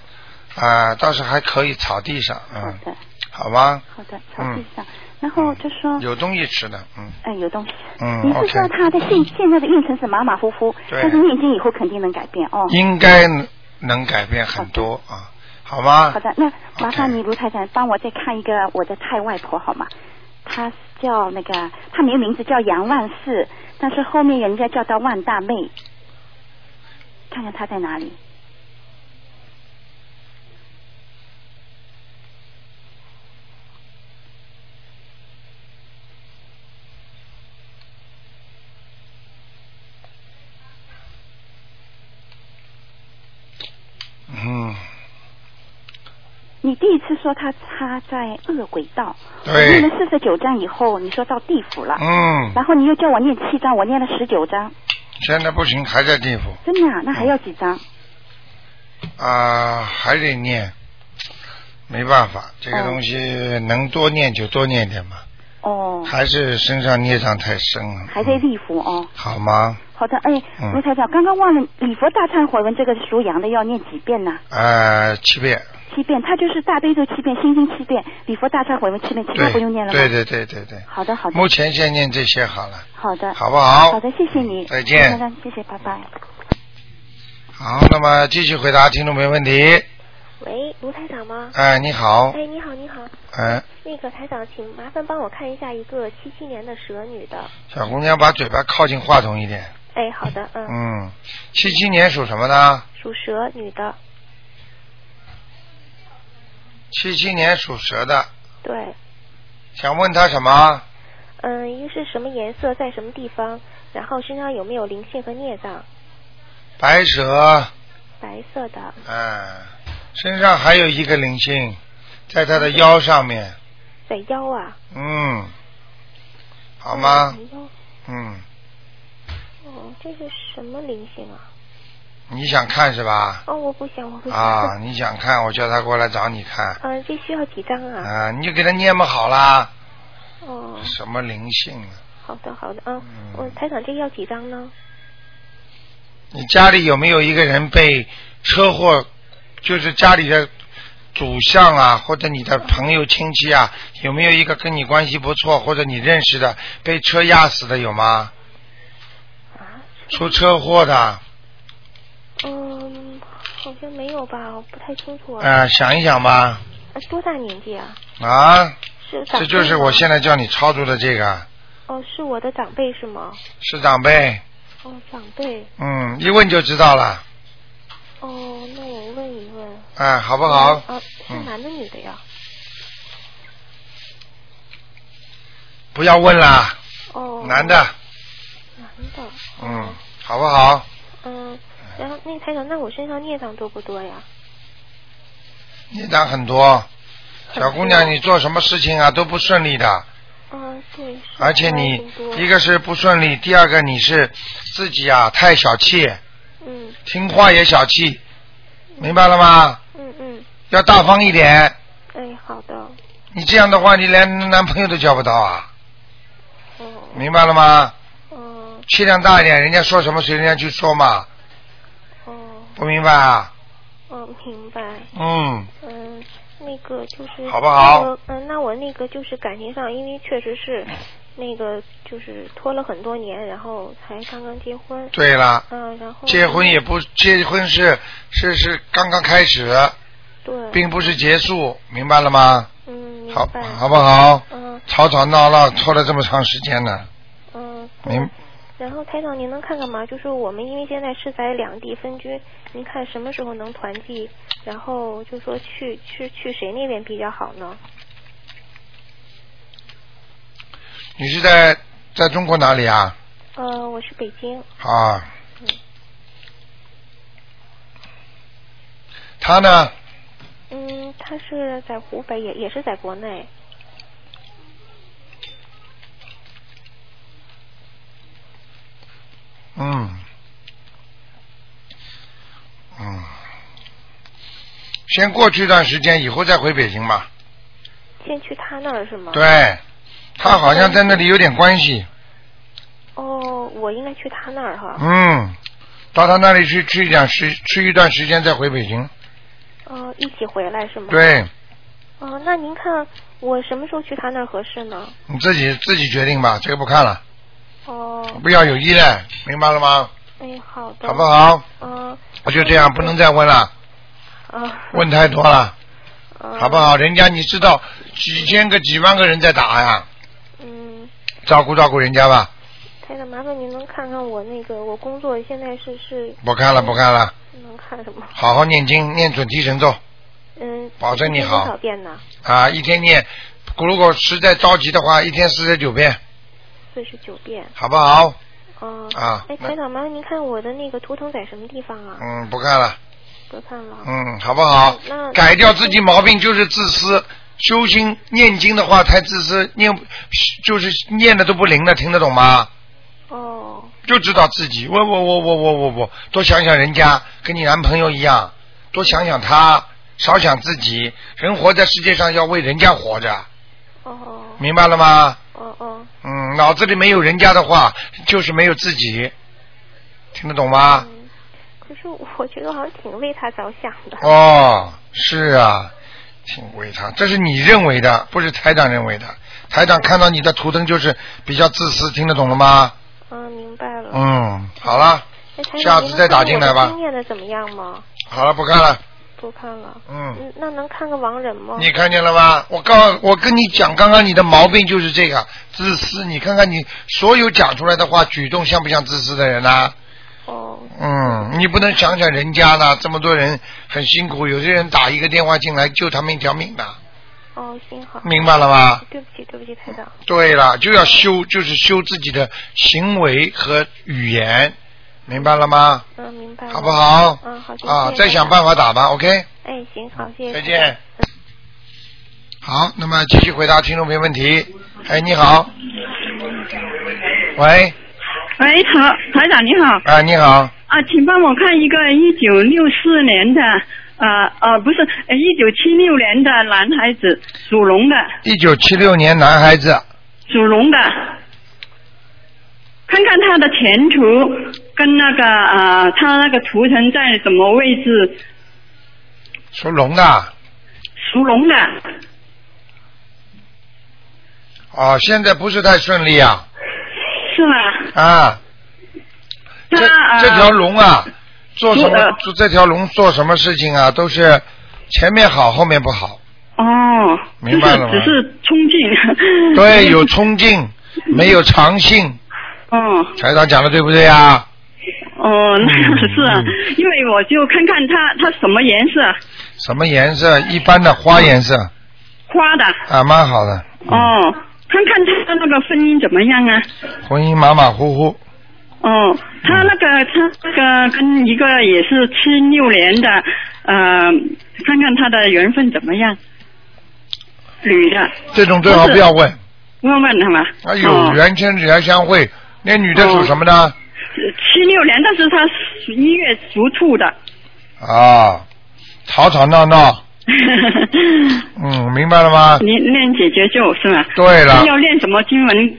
Speaker 1: 啊，倒是还可以草地上，
Speaker 5: 好
Speaker 1: 嗯，
Speaker 5: 的
Speaker 1: 好吗？
Speaker 5: 好的，草地上。然后
Speaker 1: 嗯
Speaker 5: 就说。
Speaker 1: 有东西吃的，嗯
Speaker 5: 嗯，有东西。
Speaker 1: 嗯
Speaker 5: 你
Speaker 1: OK
Speaker 5: 是说他的现现在的运程是马马虎虎，
Speaker 1: 对
Speaker 5: 但是念经以后肯定能改变哦。
Speaker 1: 应该能改变很多啊，好吗？
Speaker 5: 好的，那麻烦
Speaker 1: OK
Speaker 5: 你卢太太帮我再看一个我的太外婆好吗？她叫那个，她没有名字叫杨万四，但是后面人家叫她万大妹。看看她在哪里？
Speaker 1: 嗯，
Speaker 5: 你第一次说她她在恶鬼道，我
Speaker 1: 对，
Speaker 5: 念了四十九章以后，你说到地府了，
Speaker 1: 嗯，
Speaker 5: 然后你又叫我念七章，我念了十九章，
Speaker 1: 现在不行，还在地府
Speaker 5: 真的、啊？那还要几章？
Speaker 1: 啊，还得念，没办法，这个
Speaker 5: 哦
Speaker 1: 东西能多念就多念点嘛，
Speaker 5: 哦，
Speaker 1: 还是身上孽障太深了。
Speaker 5: 还在
Speaker 1: 嗯
Speaker 5: 立福哦。
Speaker 1: 好吗？
Speaker 5: 好的，哎
Speaker 1: 嗯，
Speaker 5: 卢台长，刚刚忘了礼佛大忏悔文这个属羊的要念几遍呢？
Speaker 1: 呃，七遍，
Speaker 5: 七遍，它就是大悲咒七遍，心经七遍，礼佛大忏悔文七遍，其他
Speaker 1: 对，
Speaker 5: 不用念了吗？
Speaker 1: 对对对对对，
Speaker 5: 好的，好的，
Speaker 1: 目前先念这些好了，
Speaker 5: 好的，
Speaker 1: 好不好？
Speaker 5: 好的，谢谢你，
Speaker 1: 再见
Speaker 5: 卢台长，谢谢，拜拜。
Speaker 1: 好，那么继续回答听众没问题。
Speaker 6: 喂，卢台长吗？
Speaker 1: 哎，你好，
Speaker 6: 哎，你好，你好，
Speaker 1: 哎，
Speaker 6: 那个台长，请麻烦帮我看一下一个七七年的蛇女的。
Speaker 1: 小姑娘把嘴巴靠近话筒一点。
Speaker 6: 哎，好的，嗯，
Speaker 1: 嗯，七七年属什么的？
Speaker 6: 属蛇女的，
Speaker 1: 七七年属蛇的，
Speaker 6: 对，
Speaker 1: 想问她什么？
Speaker 6: 嗯，一个是什么颜色，在什么地方，然后身上有没有灵性和孽障，
Speaker 1: 白蛇，
Speaker 6: 白色的，
Speaker 1: 嗯，身上还有一个灵性，在她的腰上面，
Speaker 6: 在腰啊，
Speaker 1: 嗯，好吗？
Speaker 6: 嗯腰，
Speaker 1: 嗯，
Speaker 6: 哦，这是什么灵性啊？
Speaker 1: 你想看是吧？
Speaker 6: 哦，我不想，我不想。
Speaker 1: 啊，你想看，我叫她过来找你看。
Speaker 6: 嗯，这需要几张啊？
Speaker 1: 啊，你就给她念不好啦，
Speaker 6: 哦，
Speaker 1: 什么灵性啊？
Speaker 6: 好的，好的啊
Speaker 1: 嗯。
Speaker 6: 我台长，这要几张呢？
Speaker 1: 你家里有没有一个人被车祸，就是家里的祖上啊，或者你的朋友亲戚啊，有没有一个跟你关系不错或者你认识的被车压死的有吗？
Speaker 6: 啊，
Speaker 1: 出车祸的，啊、
Speaker 6: 嗯，好像没有吧，我不太清楚啊。
Speaker 1: 呃，想一想吧，
Speaker 6: 啊多大年纪啊？
Speaker 1: 啊，
Speaker 6: 是长
Speaker 1: 这
Speaker 6: 辈
Speaker 1: 就是
Speaker 6: 吗
Speaker 1: 我现在叫你操作的这个，
Speaker 6: 哦，是我的长辈是吗？
Speaker 1: 是长辈，
Speaker 6: 哦，长辈
Speaker 1: 嗯，一问就知道了，
Speaker 6: 哦，那我问一问。
Speaker 1: 哎、好不好？
Speaker 6: 啊，是
Speaker 1: 嗯
Speaker 6: 男的女的呀？
Speaker 1: 不要问啦，
Speaker 6: 哦，
Speaker 1: 男的，
Speaker 6: 男的，
Speaker 1: 嗯，好不好？
Speaker 6: 嗯，然后那台长，那我身上孽障多不多呀？
Speaker 1: 孽障很多，小姑娘，
Speaker 6: 很多
Speaker 1: 你做什么事情啊都不顺利的，
Speaker 6: 嗯，对，是
Speaker 1: 而且
Speaker 6: 还
Speaker 1: 你
Speaker 6: 挺多
Speaker 1: 一个是不顺利，第二个你是自己啊太小气，
Speaker 6: 嗯
Speaker 1: 听话也小气，明白了吗？
Speaker 6: 嗯嗯，
Speaker 1: 要大方一点，
Speaker 6: 哎，好的，
Speaker 1: 你这样的话你连男朋友都交不到啊，
Speaker 6: 哦
Speaker 1: 明白了吗？
Speaker 6: 嗯
Speaker 1: 气量大一点，人家说什么随人家去说嘛，
Speaker 6: 哦
Speaker 1: 不明白啊？
Speaker 6: 哦，明白。
Speaker 1: 嗯，
Speaker 6: 嗯，那个就是
Speaker 1: 好不好嗯
Speaker 6: 那个嗯，那我那个就是感情上，因为确实是那个就是拖了很多年，然后才刚刚结婚。
Speaker 1: 对了，
Speaker 6: 嗯，然后
Speaker 1: 结婚也不结婚是是是刚刚开始，
Speaker 6: 对，
Speaker 1: 并不是结束，明白了吗？
Speaker 6: 嗯，明
Speaker 1: 好，
Speaker 6: 白。
Speaker 1: 好不好？
Speaker 6: 嗯
Speaker 1: 吵吵闹闹拖了这么长时间呢，
Speaker 6: 嗯，
Speaker 1: 明
Speaker 6: 然后台长，您能看看吗？就是我们因为现在是在两地分居，您看什么时候能团聚？然后就说去去去谁那边比较好呢？
Speaker 1: 你是在在中国哪里啊？
Speaker 6: 呃，我是北京。
Speaker 1: 啊，他呢？
Speaker 6: 嗯，他是在湖北，也也是在国内。
Speaker 1: 嗯，嗯，先过去一段时间，以后再回北京吧。
Speaker 6: 先去他那儿是吗？。
Speaker 1: 对，他好像在那里有点关系。
Speaker 6: 哦，我应该去他那儿哈。
Speaker 1: 嗯，到他那里去去一段时去一段时间再回北京。
Speaker 6: 哦，一起回来是吗？。
Speaker 1: 对，
Speaker 6: 哦，那您看我什么时候去他那儿合适呢？
Speaker 1: 你自己自己决定吧，这个不看了，
Speaker 6: 哦，
Speaker 1: 不要有依赖，明白了吗？
Speaker 6: 哎，好的。
Speaker 1: 好不。好？
Speaker 6: 嗯。
Speaker 1: 我就这样，不能再问了，
Speaker 6: 啊。
Speaker 1: 问太多了。
Speaker 6: 嗯
Speaker 1: 好不？好？人家你知道几千个、几万个人在打呀，
Speaker 6: 嗯，
Speaker 1: 照顾照顾人家吧。
Speaker 6: 太太，麻烦您能看看我那个我工作现在是是嗯
Speaker 1: 不看了，不看了，
Speaker 6: 能看什么？
Speaker 1: 好好念经，念准提神咒
Speaker 6: 嗯。
Speaker 1: 保证你好
Speaker 6: 多少遍呢？
Speaker 1: 啊！一天念，如果实在着急的话，一天四十九遍，
Speaker 6: 四十九遍。
Speaker 1: 好不好？
Speaker 6: 哦。
Speaker 1: 啊
Speaker 6: 哎，台长，麻烦您看我的那个图腾在什么地方啊？
Speaker 1: 嗯，不看了，
Speaker 6: 不看了。
Speaker 1: 嗯，好不好
Speaker 6: 嗯那？
Speaker 1: 改掉自己毛病就是自私，修心念经的话太自私，念就是念的都不灵了，听得懂吗？
Speaker 6: 哦。
Speaker 1: 就知道自己，我我我我我我我，多想想人家，跟你男朋友一样，多想想他，少想自己。人活在世界上要为人家活着，
Speaker 6: 哦。
Speaker 1: 明白了吗？
Speaker 6: 哦哦哦，
Speaker 1: 嗯，脑子里没有人家的话，就是没有自己，听得懂吗？
Speaker 6: 嗯，可是我觉得好像挺为他着想的。
Speaker 1: 哦，是啊，挺为他，这是你认为的，不是台长认为的。台长看到你的图腾就是比较自私，听得懂了吗？
Speaker 6: 嗯，明白了。
Speaker 1: 嗯，好了，
Speaker 6: 哎台长
Speaker 1: 下次
Speaker 6: 您能
Speaker 1: 再打
Speaker 6: 看
Speaker 1: 进
Speaker 6: 我的
Speaker 1: 来吧
Speaker 6: 经验的怎么样吗？
Speaker 1: 好了，不看了。
Speaker 6: 不看了。
Speaker 1: 嗯，
Speaker 6: 嗯，那能看个亡人吗？
Speaker 1: 你看见了吗？我告我跟你讲，刚刚你的毛病就是这个自私。你看看你所有讲出来的话，举动像不像自私的人呐、啊
Speaker 6: 哦，
Speaker 1: 嗯，你不能想想人家呢，这么多人很辛苦，有些人打一个电话进来救他们一条命的，
Speaker 6: 哦，幸好。
Speaker 1: 明白了吗？
Speaker 6: 对不起，对不起，台长。
Speaker 1: 对了，就要修，就是修自己的行为和语言，明白了吗？
Speaker 6: 嗯，明白了。
Speaker 1: 好不？好？
Speaker 6: 嗯好谢谢
Speaker 1: 啊，再想办法打吧，OK。
Speaker 6: 哎，行，好，谢谢。
Speaker 1: 再见。好，那么继续回答听众朋友问题。哎，你好。喂，
Speaker 3: 喂，台台长你好
Speaker 1: 啊，你好，
Speaker 3: 啊，请帮我看一个一九六四年的，呃呃，不是一九七六年的男孩子，属龙的，
Speaker 1: 一九七六年男孩子，
Speaker 3: 属龙的，看看他的前途跟那个呃，他那个图腾在什么位置？
Speaker 1: 属龙的。
Speaker 3: 属龙的，
Speaker 1: 哦，现在不是太顺利啊。
Speaker 3: 是吗？
Speaker 1: 啊，这
Speaker 3: 他呃
Speaker 1: 这条龙啊，做什么
Speaker 3: 呃？
Speaker 1: 做这条龙做什么事情啊？都是前面好，后面不好。
Speaker 3: 哦，
Speaker 1: 明白了吗
Speaker 3: 就是只是冲劲， 嗯
Speaker 1: 对， 有冲劲，没有长性。
Speaker 3: 哦。
Speaker 1: 台长讲的对不对啊？
Speaker 3: 哦，那
Speaker 1: 嗯
Speaker 3: 是啊
Speaker 1: 嗯，
Speaker 3: 因为我就看看它它什么颜色，
Speaker 1: 什么颜色？一般的花颜色
Speaker 3: 花的
Speaker 1: 啊，蛮好的。
Speaker 3: 哦，看看他那个婚姻怎么样啊？
Speaker 1: 婚姻马马虎虎，
Speaker 3: 哦，他那个他那个跟一个也是七六年的，呃，看看他的缘分怎么样？女的，
Speaker 1: 这种最好不要
Speaker 3: 哦
Speaker 1: 问。
Speaker 3: 问问他嘛。
Speaker 1: 啊，有
Speaker 3: 哦。
Speaker 1: 缘千里来相会。那女的属什么呢？
Speaker 3: 七六年，但是他十一月属兔的。
Speaker 1: 啊，吵吵闹 闹。
Speaker 3: 你
Speaker 1: 嗯，明白了吗？
Speaker 3: 念姐姐咒是吗？
Speaker 1: 对了，
Speaker 3: 要念什么经文？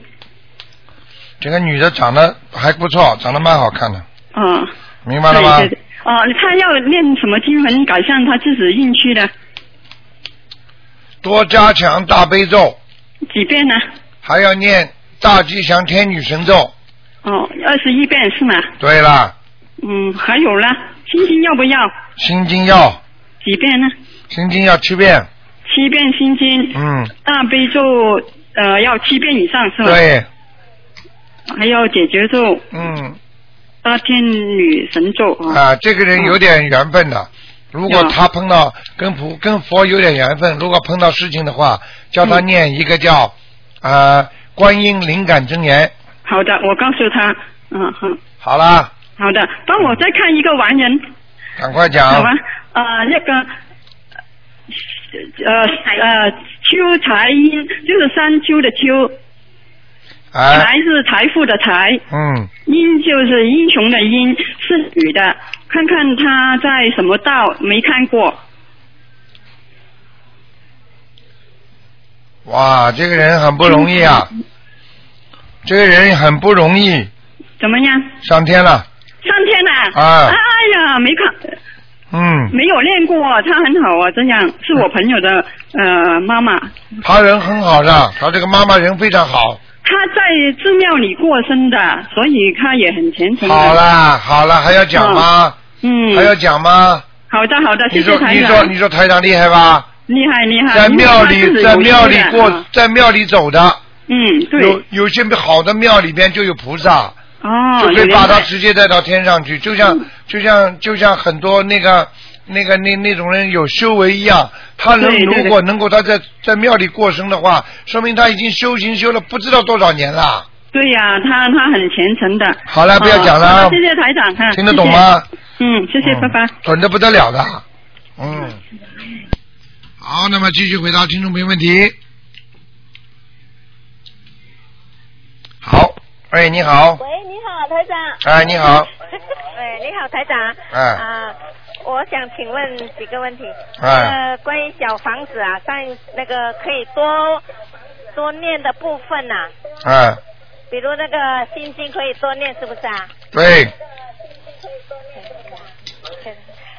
Speaker 1: 这个女的长得还不错，长得蛮好看的，
Speaker 3: 哦，
Speaker 1: 明白了吗
Speaker 3: 对？对对。哦，他要念什么经文改善他自己运气的？
Speaker 1: 多加强大悲咒，
Speaker 3: 几遍呢？
Speaker 1: 还要念大吉祥天女神咒。
Speaker 3: 哦，二十一遍是吗？
Speaker 1: 对了，
Speaker 3: 嗯，还有呢，心经要不要？
Speaker 1: 心经要，
Speaker 3: 几遍呢？
Speaker 1: 心经要七遍。
Speaker 3: 七遍心经，
Speaker 1: 嗯，
Speaker 3: 大悲咒呃要七遍以上是吧？。
Speaker 1: 对，
Speaker 3: 还要解决咒、
Speaker 1: 嗯
Speaker 3: 八天女神咒啊。
Speaker 1: 啊，这个人有点缘分的。如果
Speaker 3: 嗯
Speaker 1: 他碰到跟菩跟佛有点缘分，如果碰到事情的话，叫
Speaker 3: 嗯
Speaker 1: 他念一个叫啊、呃观音灵感真言。
Speaker 3: 好的，我告诉他，嗯好，
Speaker 1: 好啦，
Speaker 3: 好的，帮我再看一个完人，
Speaker 1: 赶快
Speaker 3: 好
Speaker 1: 讲
Speaker 3: 吧。？呃，那个。呃呃，秋财英就是山丘的丘，
Speaker 1: 哎，
Speaker 3: 财是财富的财，
Speaker 1: 嗯，
Speaker 3: 英就是英雄的英，是女的，看看她在什么道没看过。
Speaker 1: 哇，这个人很不容易
Speaker 3: 嗯
Speaker 1: 啊，这个人很不容易，
Speaker 3: 怎么样？
Speaker 1: 上天了，
Speaker 3: 上天了、
Speaker 1: 啊
Speaker 3: 哎呀，没看，
Speaker 1: 嗯，
Speaker 3: 没有练过，他很好啊，这样是我朋友的呃妈妈，
Speaker 1: 他人很好的，他这个妈妈人非常好。
Speaker 3: 她在寺庙里过生的，所以她也很虔诚的。
Speaker 1: 好，啦，好啦，还要讲吗？
Speaker 3: 嗯，
Speaker 1: 还要讲吗？
Speaker 3: 好的好的，谢
Speaker 1: 你
Speaker 3: 谢
Speaker 1: 说，
Speaker 3: 台
Speaker 1: 你说，
Speaker 3: 长，啊
Speaker 1: 你说台长厉害吧？
Speaker 3: 厉害厉害，
Speaker 1: 在庙
Speaker 3: 因为她自
Speaker 1: 里，
Speaker 3: 己
Speaker 1: 在
Speaker 3: 有
Speaker 1: 庙里
Speaker 3: 修的
Speaker 1: 过
Speaker 3: 啊，
Speaker 1: 在庙里走的，
Speaker 3: 嗯，对，
Speaker 1: 有有些好的庙里边就有菩萨，
Speaker 3: 哦，
Speaker 1: 就可
Speaker 3: 有嗯
Speaker 1: 以把他
Speaker 3: 灵感
Speaker 1: 直接带到天上去，就像就像就像很多那个那个那那种人有修为一样，他能
Speaker 3: 对对对
Speaker 1: 如果能够他在在庙里过生的话，说明他已经修行修了不知道多少年了。
Speaker 3: 对呀、他他很虔诚的。啊
Speaker 1: 好了不要讲了
Speaker 3: 好谢谢台长，哈
Speaker 1: 听得懂？吗？
Speaker 3: 嗯谢谢嗯，谢谢，拜拜。
Speaker 1: 嗯准的不得了的，嗯。好，那么继续回答听众朋友问题。好，哎，你好，
Speaker 7: 喂，你好，台长。
Speaker 1: 哎，你好，
Speaker 7: 喂，你好，台长。
Speaker 1: 哎
Speaker 7: 啊、我想请问几个问题。
Speaker 1: 哎
Speaker 7: 呃，关于小房子啊，上一那个可以多多念的部分呐、
Speaker 1: 啊，
Speaker 7: 比如那个心经可以多念，是不是啊？
Speaker 1: 对，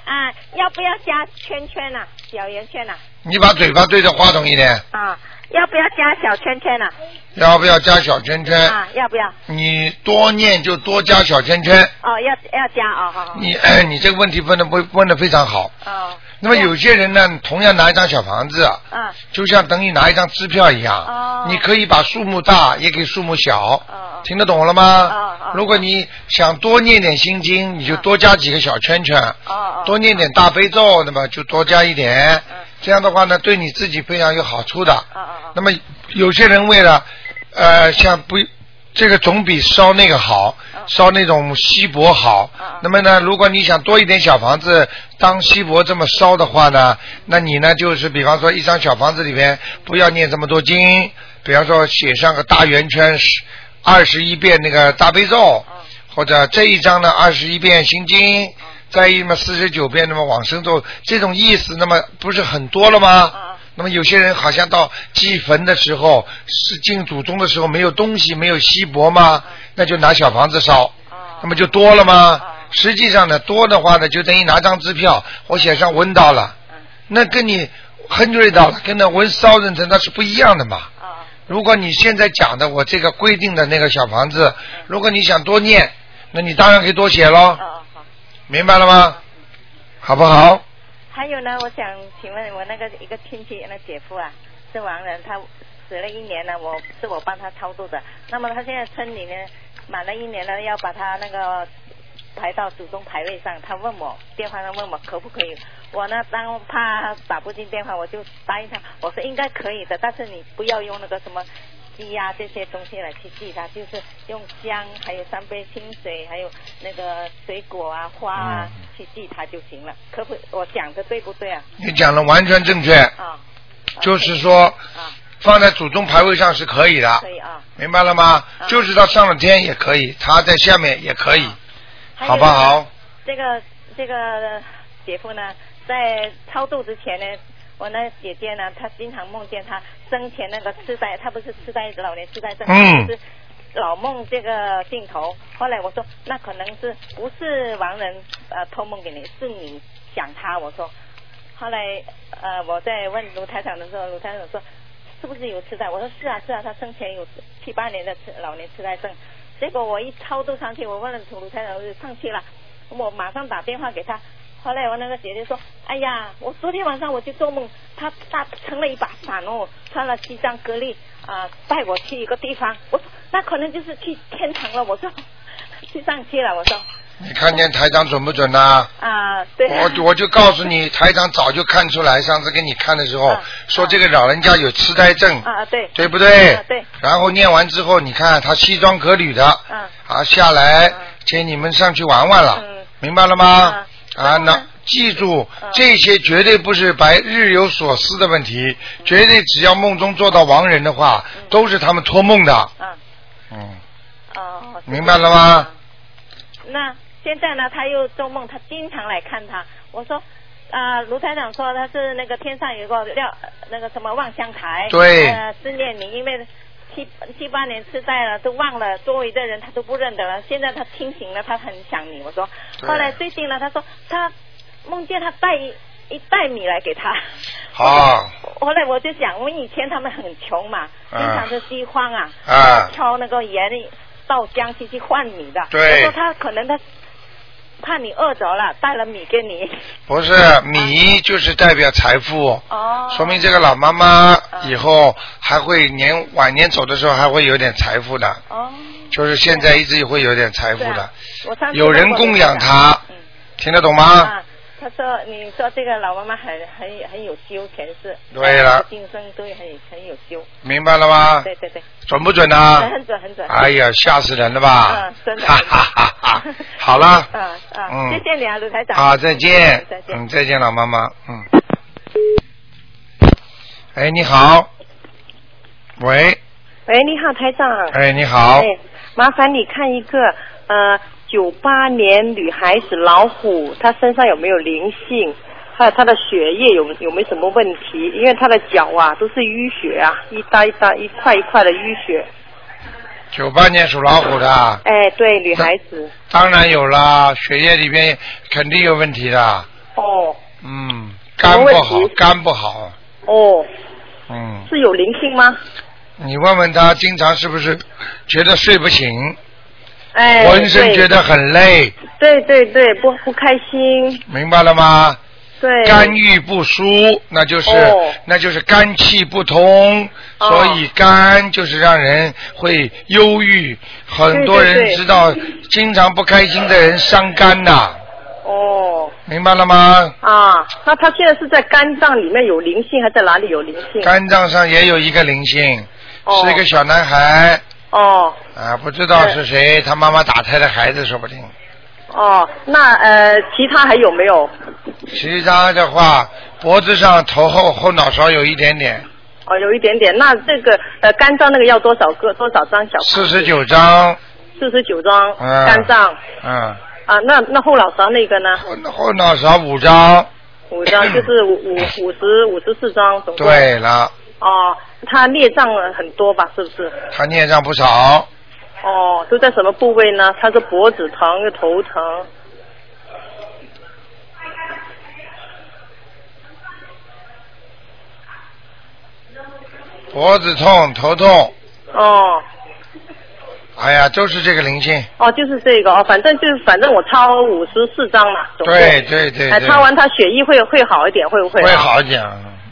Speaker 7: 啊，要不要加圈圈呐、啊小圆圈呐、
Speaker 1: 你把嘴巴对着话筒一点，
Speaker 7: 啊？要不要加小圈圈呐、
Speaker 1: 要不要加小圈
Speaker 7: 啊？
Speaker 1: 圈？
Speaker 7: 要不要？
Speaker 1: 你多念就多加小圈圈。
Speaker 7: 哦，要要加哦，好好。
Speaker 1: 你哎你这个问题问的问问的非常好。
Speaker 7: 哦，
Speaker 1: 那么有些人呢，同样拿一张小房子，
Speaker 7: 啊，
Speaker 1: 就像等于拿一张支票一样，
Speaker 7: 哦
Speaker 1: 你可以把数目大，也给数目小，
Speaker 7: 哦
Speaker 1: 听得懂了吗？
Speaker 7: 哦哦
Speaker 1: 如果你想多念点心经，你就多加几个小圈圈，
Speaker 7: 哦哦，
Speaker 1: 多念点大悲咒，那么就多加一点，
Speaker 7: 嗯
Speaker 1: 这样的话呢，对你自己非常有好处的。
Speaker 7: 哦哦哦，
Speaker 1: 那么有些人为了，呃，像不，这个总比烧那个好，烧那种锡箔好
Speaker 7: 嗯。
Speaker 1: 那么呢，如果你想多一点小房子当锡箔这么烧的话呢，那你呢就是比方说一张小房子里边不要念这么多经，比方说写上个大圆圈十二十一遍那个大悲咒，或者这一章呢二十一遍心经。再一嘛四十九遍，那么往生咒这种意思，那么不是很多了吗？
Speaker 7: 嗯
Speaker 1: 那么有些人好像到祭坟的时候，是敬祖宗的时候没有东西，没有锡箔吗？那就拿小房子烧，那么就多了吗？实际上呢，多的话呢，就等于拿张支票，我写上闻到了，那跟你 hundred 到了，跟那闻烧人成那是不一样的嘛。
Speaker 7: 哦
Speaker 1: 如果你现在讲的我这个规定的那个小房子，如果你想多念，那你当然可以多写喽
Speaker 7: 哦，嗯哦好。嗯
Speaker 1: 明白了吗？好不好？
Speaker 7: 还有呢，我想请问我那个一个亲戚，那姐夫啊，是亡人，他死了一年了，我是我帮他超度的。那么他现在村里呢，满了一年了，要把他那个排到祖宗牌位上。他问我电话上问我可不可以，我呢当怕打不进电话，我就答应他，我说应该可以的，但是你不要用那个什么。鸡呀、这些东西来去祭他，就是用香，还有三杯清水，还有那个水果啊、花啊、
Speaker 1: 嗯
Speaker 7: 去祭他就行了。可不，我讲的对不对啊？
Speaker 1: 你讲的完全正确，
Speaker 7: 啊，
Speaker 1: 就是说
Speaker 7: 啊，
Speaker 1: 放在祖宗牌位上是可以的
Speaker 7: 可，以啊。
Speaker 1: 明白了吗？
Speaker 7: 啊
Speaker 1: 就是他上了天也可以，他在下面也可以，
Speaker 7: 嗯还有
Speaker 1: 好不好？
Speaker 7: 这个这个姐夫呢，在超度之前呢，我那姐姐呢，她经常梦见她生前那个痴呆，她不是痴呆老年痴呆症，
Speaker 1: 嗯
Speaker 7: 就是老梦这个镜头。后来我说，那可能是不是亡人呃托梦给你，是你想他。我说，后来呃我在问卢台长的时候，卢台长说是不是有痴呆？我说是啊是啊，他生前有七八年的痴老年痴呆症。结果我一超度上去，我问了卢台长，我就上去了，我马上打电话给他。后来我那个姐姐说：“哎呀，我昨天晚上我就做梦，他他撑了一把伞哦，穿了西装革履啊、带我去一个地方。”我说：“那可能就是去天堂了。”我说：“去上去了。”我说
Speaker 1: 你看见台长准不准呐、：“
Speaker 7: 啊，对。”
Speaker 1: 我我就告诉你，台长早就看出来，上次给你看的时候、
Speaker 7: 啊
Speaker 1: 说这个老人家有痴呆症，
Speaker 7: 啊，对
Speaker 1: 对不对、
Speaker 7: 啊对。
Speaker 1: 然后念完之后，你看他西装革履的，
Speaker 7: 嗯
Speaker 1: 啊下来、
Speaker 7: 嗯
Speaker 1: 接你们上去玩玩了，
Speaker 7: 嗯
Speaker 1: 明白了吗？
Speaker 7: 嗯
Speaker 1: 啊，
Speaker 7: 然后呢
Speaker 1: 那记住、
Speaker 7: 嗯
Speaker 1: 这些绝对不是白日有所思的问
Speaker 7: 嗯
Speaker 1: 题，绝对只要梦中做到亡人的话，都是他们托梦的，
Speaker 7: 啊
Speaker 1: 嗯，
Speaker 7: 哦，是
Speaker 1: 明白了吗？
Speaker 7: 嗯那现在呢，他又做梦，他经常来看他。我说，啊、卢台长说他是那个天上有一个料呃那个什么望乡台，
Speaker 1: 对
Speaker 7: 呃，思念你，因为七七八年痴呆了，都忘了周围的人，他都不认得了。现在他清醒了，他很想你。我说，
Speaker 1: 对
Speaker 7: 后来最近呢，他说他梦见他带一一袋米来给他。
Speaker 1: 好，
Speaker 7: 后来我就想，我们以前他们很穷嘛，经常是饥荒啊，
Speaker 1: 啊
Speaker 7: 挑那个盐到江西去换米的。
Speaker 1: 对
Speaker 7: 我说他可能他怕你饿着了，带了米给你。
Speaker 1: 不是米就是代表财富。
Speaker 7: 嗯哦
Speaker 1: 说明这个老妈妈以后还会年晚年走的时候还会有点财富的，
Speaker 7: 哦，
Speaker 1: 就是现在一直会有点财富
Speaker 7: 对
Speaker 1: 的
Speaker 7: 啊，，我
Speaker 1: 哎
Speaker 7: 上次
Speaker 1: 有人
Speaker 7: 问过
Speaker 1: 供
Speaker 7: 你
Speaker 1: 养
Speaker 7: 的
Speaker 1: 她
Speaker 7: 嗯
Speaker 1: 听得懂吗？
Speaker 7: 啊，他说你说这个老妈妈很很很有修，前世
Speaker 1: 对了
Speaker 7: 今生都很很有修，
Speaker 1: 明白了吗？
Speaker 7: 对对对，
Speaker 1: 准不准呢？
Speaker 7: 很准很准。
Speaker 1: 哎呀，吓死人了吧
Speaker 7: 嗯，！真的。
Speaker 1: 哈哈哈哈！好了，
Speaker 7: 嗯嗯，
Speaker 1: 嗯
Speaker 7: 谢谢你啊，卢台长。
Speaker 1: 好，再见
Speaker 7: 嗯再，见
Speaker 1: 嗯，。再见，老妈妈，嗯。哎，你好，喂，
Speaker 8: 喂，你好，台长。
Speaker 1: 哎，你好，
Speaker 8: 哎，麻烦你看一个呃，九八年女孩子老虎，她身上有没有灵性？她还有他的血液有有没有什么问题？因为他的脚啊都是淤血啊，一搭一搭一块一块的淤血。
Speaker 1: 九八年属老虎的，
Speaker 8: 哎，对，女孩子。
Speaker 1: 当然有啦，血液里边肯定有问题的。
Speaker 8: 哦
Speaker 1: 嗯，
Speaker 8: 什么
Speaker 1: 肝不
Speaker 8: 问
Speaker 1: 好
Speaker 8: 题，
Speaker 1: 肝不好。
Speaker 8: 哦，
Speaker 1: 嗯，
Speaker 8: 是有灵性吗？
Speaker 1: 你问问他，经常是不是觉得睡不醒，
Speaker 8: 哎，
Speaker 1: 浑身
Speaker 8: 对
Speaker 1: 觉得很累，
Speaker 8: 对对对，不不开心，
Speaker 1: 明白了吗？
Speaker 8: 对。
Speaker 1: 肝郁不舒，那就是、
Speaker 8: 哦
Speaker 1: 那就是肝气不通，
Speaker 8: 哦
Speaker 1: 所以肝就是让人会忧郁。很多
Speaker 8: 对对
Speaker 1: 人
Speaker 8: 对
Speaker 1: 知道，经常不开心的人伤肝呐、
Speaker 8: 哦
Speaker 1: 明白了吗？
Speaker 8: 啊，那他现在是在肝脏里面有灵性，还在哪里有灵性？
Speaker 1: 肝脏上也有一个灵性，
Speaker 8: 哦
Speaker 1: 是一个小男孩
Speaker 8: 哦
Speaker 1: 啊，不知道是谁，他妈妈打胎的孩子说不定。
Speaker 8: 哦，那呃，其他还有没有？
Speaker 1: 其他的话，脖子上、头后、后脑勺有一点点，
Speaker 8: 哦，有一点点。那这个呃，肝脏那个要多少个？多少张小？
Speaker 1: 四十九张，
Speaker 8: 四十九张
Speaker 1: 嗯
Speaker 8: 肝脏
Speaker 1: 嗯，
Speaker 8: 啊。那那后脑勺那个呢？
Speaker 1: 后后脑勺五张。
Speaker 8: 五张，就是五五五十五十四张总共。。
Speaker 1: 对了，
Speaker 8: 哦，他孽障很多吧？是不是？
Speaker 1: 他孽障不少，
Speaker 8: 哦，都在什么部位呢？他是脖子疼，又头疼。
Speaker 1: 脖子痛、头痛，
Speaker 8: 哦
Speaker 1: 哎呀，都是这个灵性。
Speaker 8: 哦，就是这个哦，反正就是反正我抄五十四张了，总共。
Speaker 1: 对对对
Speaker 8: 哎，
Speaker 1: 对，
Speaker 8: 擦完他血液会会好一点，会不啊会？
Speaker 1: 会。好一点。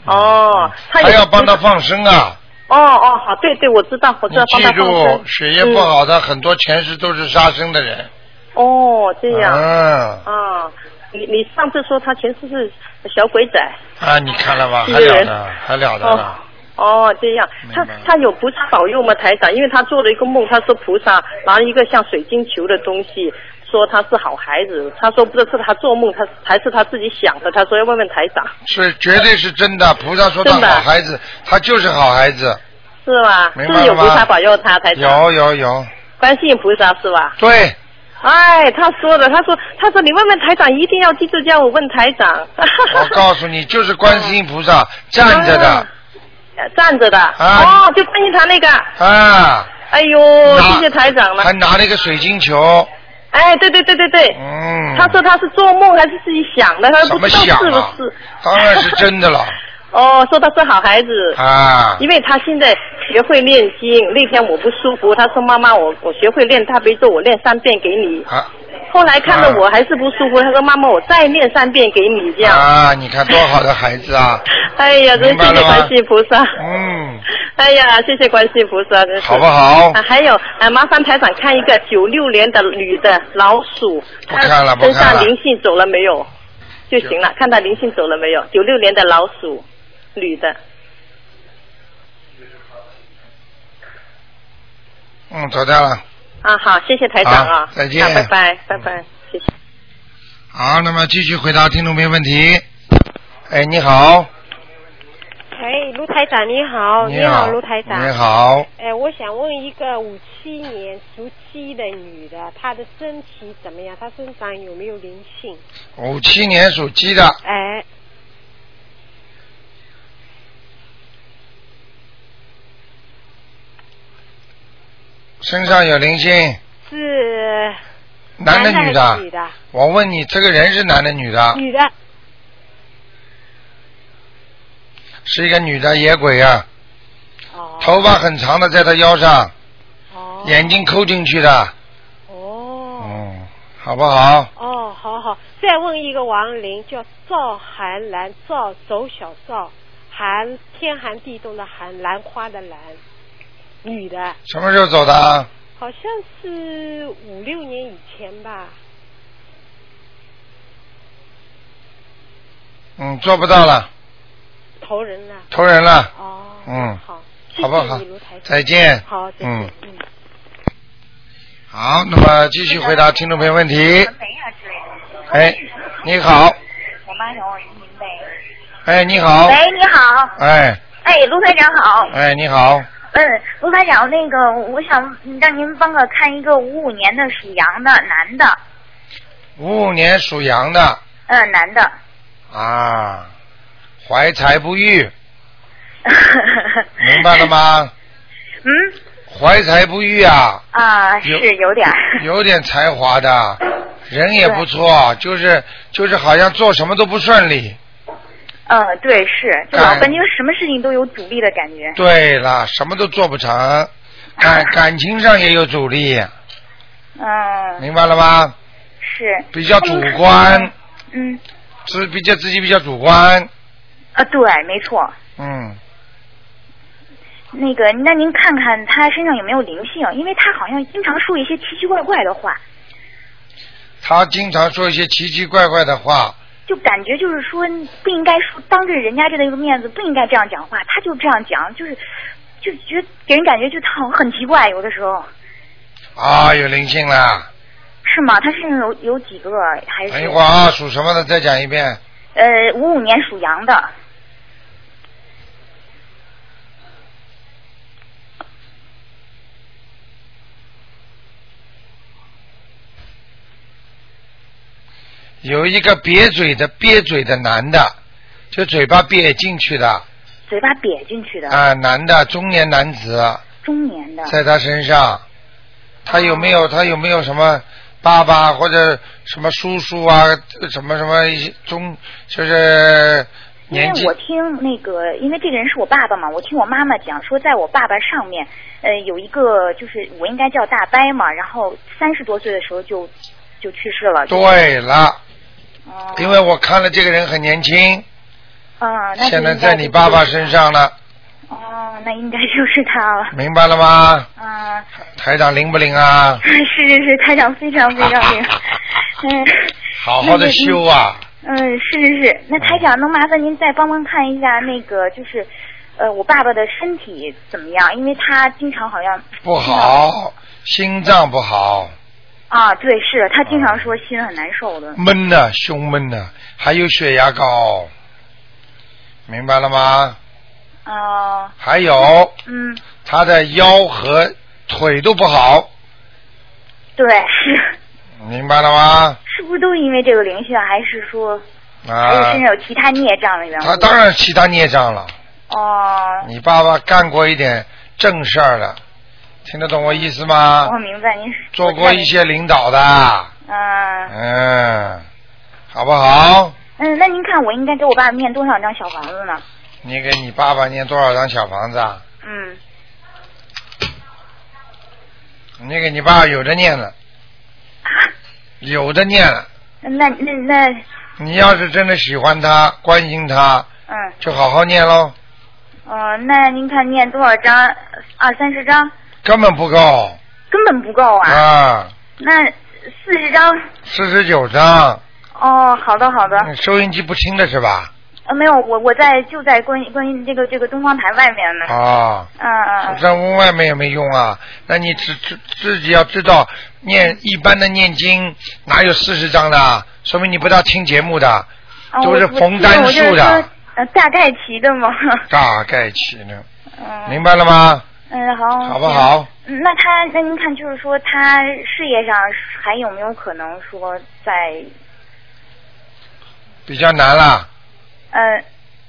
Speaker 8: 哦，他有
Speaker 1: 还要帮他。放生啊！
Speaker 8: 哦哦，好，对对，我知道，我知
Speaker 1: 你
Speaker 8: 道嗯帮
Speaker 1: 记
Speaker 8: 他放
Speaker 1: 住，
Speaker 8: 生。嗯
Speaker 1: 血液不好的很多前世都是杀生的人。
Speaker 8: 哦，这样
Speaker 1: 嗯
Speaker 8: 啊，你你上次说他前世是小鬼仔。
Speaker 1: 啊，你看了吧？
Speaker 8: 是
Speaker 1: 还了得，啊还了得
Speaker 8: 哦
Speaker 1: 了。
Speaker 8: 哦，这样，他
Speaker 1: 明白了
Speaker 8: 他有菩萨保佑吗，台长？因为他做了一个梦，他说菩萨拿了一个像水晶球的东西，说他是好孩子。他说不知道是他做梦，他还是他自己想的。他说要问问台长，
Speaker 1: 是绝对是真的，菩萨说他
Speaker 8: 真的啊
Speaker 1: 好孩子，他就是好孩子，
Speaker 8: 是吧？
Speaker 1: 明
Speaker 8: 是
Speaker 1: 白
Speaker 8: 不是有
Speaker 1: 了吗
Speaker 8: 菩萨保佑他，台长？
Speaker 1: 有有有，
Speaker 8: 观世音菩萨是吧？
Speaker 1: 对，
Speaker 8: 哎，他说的，他说，他说你问问台长，一定要记住叫我问台长。
Speaker 1: 我告诉你，就是观世音菩
Speaker 8: 嗯
Speaker 1: 萨站着的
Speaker 8: 呃站着的。
Speaker 1: 啊
Speaker 8: 哦，就观音堂那个。
Speaker 1: 啊，
Speaker 8: 哎呦，
Speaker 1: 拿
Speaker 8: 谢谢台长了
Speaker 1: 还。拿了一个水晶球，
Speaker 8: 哎，对对对对对。
Speaker 1: 嗯，
Speaker 8: 他说他是做梦还是自己想的，他
Speaker 1: 怎
Speaker 8: 都
Speaker 1: 么
Speaker 8: 不知道
Speaker 1: 想
Speaker 8: 是
Speaker 1: 啊
Speaker 8: 不是。？
Speaker 1: 当然是真的了
Speaker 8: 哦，说他是好孩子，
Speaker 1: 啊，
Speaker 8: 因为他现在学会念经。那天我不舒服，他说妈妈，我我学会念大悲咒，我念三遍给你。
Speaker 1: 啊
Speaker 8: 后来看了
Speaker 1: 啊
Speaker 8: 我还是不舒服，他说妈妈，我再念三遍给你这样。
Speaker 1: 啊，你看多好的孩子啊，
Speaker 8: 哎呀，真
Speaker 1: 明白
Speaker 8: 谢
Speaker 1: 了
Speaker 8: 谢
Speaker 1: 吗
Speaker 8: 观世音菩萨。
Speaker 1: 嗯，
Speaker 8: 哎呀，谢谢观世音菩萨，真是
Speaker 1: 好不好
Speaker 8: 啊，？还有，啊，麻烦台长看一个九六年的女的老鼠，
Speaker 1: 不看了
Speaker 8: 她身
Speaker 1: 不看
Speaker 8: 上
Speaker 1: 了
Speaker 8: 灵性走了没有就行了，看她灵性走了没有。九六年的老鼠，女的，
Speaker 1: 嗯，走掉了。
Speaker 8: 啊，好，谢谢台长
Speaker 1: 好
Speaker 8: 啊，
Speaker 1: 再见
Speaker 8: 啊拜拜，拜拜，谢谢。
Speaker 1: 好，那么继续回答听众朋友问题。哎，你好，
Speaker 6: 哎，卢台长哦你好，
Speaker 1: 你
Speaker 6: 好，卢台长。
Speaker 1: 你好，
Speaker 6: 哎，我想问一个五七年属鸡的女的，她的身体怎么样？她身上有没有灵性？
Speaker 1: 五七年属鸡的，
Speaker 6: 哎，
Speaker 1: 身上有灵性，
Speaker 6: 是
Speaker 1: 男的
Speaker 6: 还是
Speaker 1: 女的？
Speaker 6: 女的，嗯
Speaker 1: 我问你，这个人是男的女的？
Speaker 6: 女的。
Speaker 1: 是一个女的野鬼啊，
Speaker 6: 哦。
Speaker 1: 头发很长的在她腰上，
Speaker 6: 哦。
Speaker 1: 眼睛抠进去的，
Speaker 6: 哦。
Speaker 1: 嗯，好不好？
Speaker 6: 哦，好好。再问一个亡灵，叫赵寒兰，赵走小赵，寒天寒地冻的寒，兰花的兰，女的，
Speaker 1: 什么时候走的啊？
Speaker 6: 好像是五六年以前吧。
Speaker 1: 嗯，做不到了，
Speaker 6: 投人了。
Speaker 1: 投人了，
Speaker 6: 哦，
Speaker 1: 嗯
Speaker 6: 好，
Speaker 1: 好不好
Speaker 6: 谢谢你卢台长，
Speaker 1: 再见。
Speaker 6: 好，再见，
Speaker 1: 嗯
Speaker 6: 嗯。
Speaker 1: 好，那么继续回答听众朋友问题。哎，你好，
Speaker 9: 我妈想问您呗。
Speaker 1: 哎，你好，
Speaker 9: 喂，你好，
Speaker 1: 哎，
Speaker 9: 哎，卢台长好，
Speaker 1: 哎，你好，
Speaker 9: 嗯，卢台长，那个我想让您帮我看一个五五年的属羊的男的，
Speaker 1: 五五年属羊的，
Speaker 9: 嗯，男的，
Speaker 1: 啊，怀才不 遇，明白了吗？
Speaker 9: 嗯
Speaker 1: 怀才不遇啊，
Speaker 9: 啊，
Speaker 1: 有
Speaker 9: 是有点儿。
Speaker 1: 有点才华的，人也不错，就是就是好像做什么都不顺利。
Speaker 9: 嗯，对，是，就
Speaker 1: 干
Speaker 9: 老感觉什么事情都有阻力的感觉。
Speaker 1: 哎对了，什么都做不成，感感情上也有阻力，
Speaker 9: 嗯，
Speaker 1: 明白了吗？
Speaker 9: 是。
Speaker 1: 比较主观，
Speaker 9: 嗯，
Speaker 1: 自比较自己比较主观，
Speaker 9: 啊，对，没错。
Speaker 1: 嗯，
Speaker 9: 那个，那您看看他身上有没有灵性？因为他好像经常说一些奇奇怪怪的话，
Speaker 1: 他经常说一些奇奇怪怪的话，
Speaker 9: 就感觉就是说不应该说当着人家这个面子不应该这样讲话，他就这样讲，就是就觉得给人感觉就他好像很奇怪，有的时候
Speaker 1: 啊，有灵性了。
Speaker 9: 是吗？他身上有有几个还是？
Speaker 1: 等一会儿啊，属什么的再讲一遍。
Speaker 9: 呃，五五年属羊的，
Speaker 1: 有一个瘪嘴的瘪嘴的男的，就嘴巴瘪进去的啊、
Speaker 9: 嘴巴瘪进去的，
Speaker 1: 男的中年男子
Speaker 9: 中年的。
Speaker 1: 哎在他身上，他有没有他有没有什么爸爸或者什么叔叔啊，什么什么一些中就是
Speaker 9: 因为
Speaker 1: 年纪
Speaker 9: 我听那个，因为这个人是我爸爸嘛，我听我妈妈讲说，在我爸爸上面，呃，有一个就是我应该叫大伯嘛，然后三十多岁的时候就就去世了。
Speaker 1: 对了，
Speaker 9: 哦
Speaker 1: 因为我看了这个人很年轻，
Speaker 9: 啊、那就
Speaker 1: 现在
Speaker 9: 应该
Speaker 1: 在你爸爸身上了，
Speaker 9: 就是。哦，那应该就是他了。
Speaker 1: 明白了吗？
Speaker 9: 啊、
Speaker 1: 台长灵不灵啊？
Speaker 9: 是是是，台长非常非常灵。嗯
Speaker 1: 好好的修啊！
Speaker 9: 嗯，是是是。那台长，能麻烦您再帮忙看一下那个就是。呃，我爸爸的身体怎么样？因为他经常好像
Speaker 1: 不好，心脏不好，
Speaker 9: 啊，对，是他经常说心很难受的。
Speaker 1: 闷呐、胸闷呐、还有血压高，明白了吗？
Speaker 9: 哦、
Speaker 1: 还有
Speaker 9: 嗯，
Speaker 1: 他的腰和腿都不好，
Speaker 9: 对，是
Speaker 1: 明白了吗？
Speaker 9: 是不是都因为这个灵性，还是说还是
Speaker 1: 啊
Speaker 9: 哎身，上有啊其他孽障的缘故？
Speaker 1: 他当然其他孽障了。
Speaker 9: 哦，
Speaker 1: 你爸爸干过一点正事儿的，听得懂我意思吗
Speaker 9: 我？明白您是
Speaker 1: 啊做过一些领导的，
Speaker 9: 嗯
Speaker 1: 嗯，好不好？
Speaker 9: 嗯，那您看我应该给我爸念多少张小房子呢？
Speaker 1: 你给你爸爸念多少张小房子啊？
Speaker 9: 嗯，
Speaker 1: 你给你爸有的念了，有的念了。
Speaker 9: 那那那
Speaker 1: 你要是真的喜欢他、关心他，
Speaker 9: 嗯
Speaker 1: 就好好念喽，
Speaker 9: 呃，那您看念多少张？二三十张
Speaker 1: 根本不够
Speaker 9: 根本不够啊。
Speaker 1: 啊，
Speaker 9: 那四十张
Speaker 1: 四十九张。
Speaker 9: 哦，好的好的。
Speaker 1: 嗯收音机不听了是吧？
Speaker 9: 呃，没有，我我在就在观观音这个这个东方台外面呢。
Speaker 1: 啊，
Speaker 9: 嗯嗯嗯，
Speaker 1: 在屋外面也没用啊。那你自自自己要知道，念一般的念经哪有四十张的啊？说明你不大听节目的，
Speaker 9: 啊
Speaker 1: 都
Speaker 9: 我
Speaker 1: 是
Speaker 9: 我
Speaker 1: 逢
Speaker 9: 记得
Speaker 1: 单
Speaker 9: 我就是
Speaker 1: 数的
Speaker 9: 说，呃，大概齐的嘛。
Speaker 1: 大概齐呢，
Speaker 9: 嗯
Speaker 1: 明白了吗？
Speaker 9: 嗯，好。
Speaker 1: 好不好？
Speaker 9: 嗯？那他，那您看，就是说他事业上还有没有可能说在
Speaker 1: 比较难啦。
Speaker 9: 呃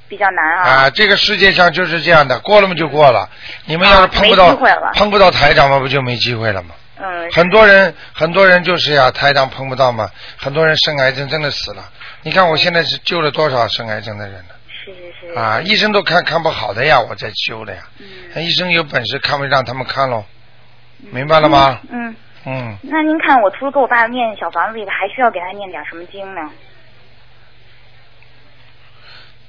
Speaker 9: 比较难啊？
Speaker 1: 啊，这个世界上就是这样的，过了嘛就过了。你们要是
Speaker 9: 啊
Speaker 1: 碰不到、
Speaker 9: 没机会了
Speaker 1: 碰不到台长嘛，不就没机会了吗？
Speaker 9: 嗯，
Speaker 1: 很多人很多人就是呀、台长碰不到嘛，很多人生癌症真的死了。你看我现在是救了多少生癌症的人呢？
Speaker 9: 是是是。嗯
Speaker 1: 啊，医生都看看不好的呀，我在修的呀。那医生有本事看不让他们看喽，明白了吗？
Speaker 9: 嗯，
Speaker 1: 嗯，
Speaker 9: 那您看，我除了给我爸念小房子以外，还需要给他念点什么经呢？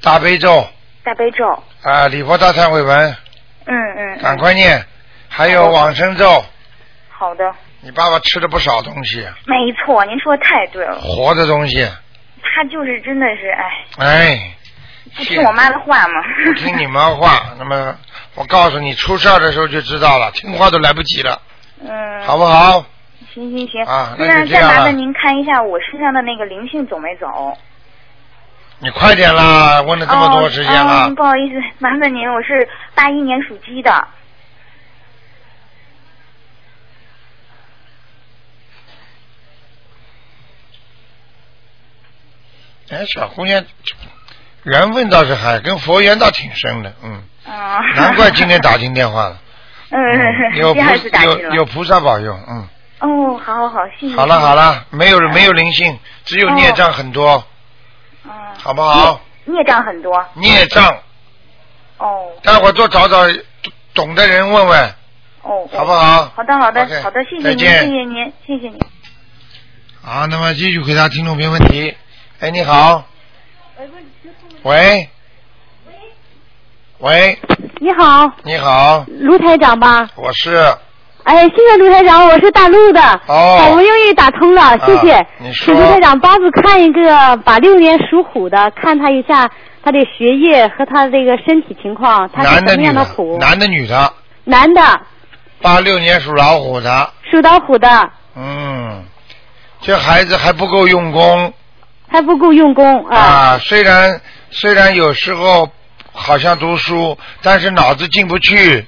Speaker 1: 大悲咒
Speaker 9: 大悲咒。
Speaker 1: 啊，礼佛大忏悔文，
Speaker 9: 嗯嗯。嗯
Speaker 1: 赶快。念，还有
Speaker 9: 好的
Speaker 1: 往生咒。
Speaker 9: 好的，
Speaker 1: 你爸爸吃了不少东西，
Speaker 9: 没错，您说的太对了，
Speaker 1: 活的东西，
Speaker 9: 他就是真的是哎，
Speaker 1: 哎。
Speaker 9: 不听我妈的 话嘛。
Speaker 1: 听你妈 话，那么我告诉你，出事儿的时候就知道了，听话都来不及了，
Speaker 9: 嗯。
Speaker 1: 好不好？
Speaker 9: 行行行
Speaker 1: 啊那
Speaker 9: 那
Speaker 1: 就这
Speaker 9: 再
Speaker 1: 样
Speaker 9: 麻
Speaker 1: 了
Speaker 9: 烦您看一下我身上的那个灵性走没走？
Speaker 1: 你快点啦，问了这么多时间
Speaker 9: 哦
Speaker 1: 了，
Speaker 9: 嗯不好意思，麻烦您，我是八一年属鸡的，
Speaker 1: 哎，小姑娘缘分倒是还跟佛缘倒挺深的，嗯，
Speaker 9: 啊，
Speaker 1: 难怪今天打进电话了，
Speaker 9: 嗯，
Speaker 1: 有
Speaker 9: 第
Speaker 1: 菩
Speaker 9: 二次打进
Speaker 1: 有有
Speaker 9: 了。
Speaker 1: 菩萨保佑，嗯，
Speaker 9: 哦，好好好，谢谢。
Speaker 1: 好了好了，没有没有灵性，只有孽障很多，
Speaker 9: 哦嗯，
Speaker 1: 好不好？
Speaker 9: 孽障很多。
Speaker 1: 孽障，
Speaker 9: 哦
Speaker 1: 待会儿多找找懂的人问问。
Speaker 9: 哦。
Speaker 1: 好不好
Speaker 9: 好的好的
Speaker 1: OK，
Speaker 9: 好的，谢谢
Speaker 1: 再
Speaker 9: 您，谢
Speaker 1: 见
Speaker 9: 谢您，谢谢您。
Speaker 1: 好，那么继续回答听众朋友问题。哎，你好。喂。喂，
Speaker 10: 你好，
Speaker 1: 你好，
Speaker 10: 卢台长吧？
Speaker 1: 我是
Speaker 10: 哎，谢谢卢台长，我是大陆的，哎
Speaker 1: 哦
Speaker 10: 好不容易打通了，谢谢。
Speaker 1: 啊你说
Speaker 10: 请卢台长帮助看一个八六年属虎的，看他一下他的学业和他这个身体情况，他是
Speaker 1: 男的
Speaker 10: 什么
Speaker 1: 女
Speaker 10: 样
Speaker 1: 的
Speaker 10: 虎？？
Speaker 1: 男的女的？
Speaker 10: 男的，
Speaker 1: 八六年属老虎的，
Speaker 10: 属老虎的，
Speaker 1: 嗯，这孩子还不够用功
Speaker 10: 还不够用功啊。
Speaker 1: 啊。虽然虽然有时候好像读书，但是脑子进不去，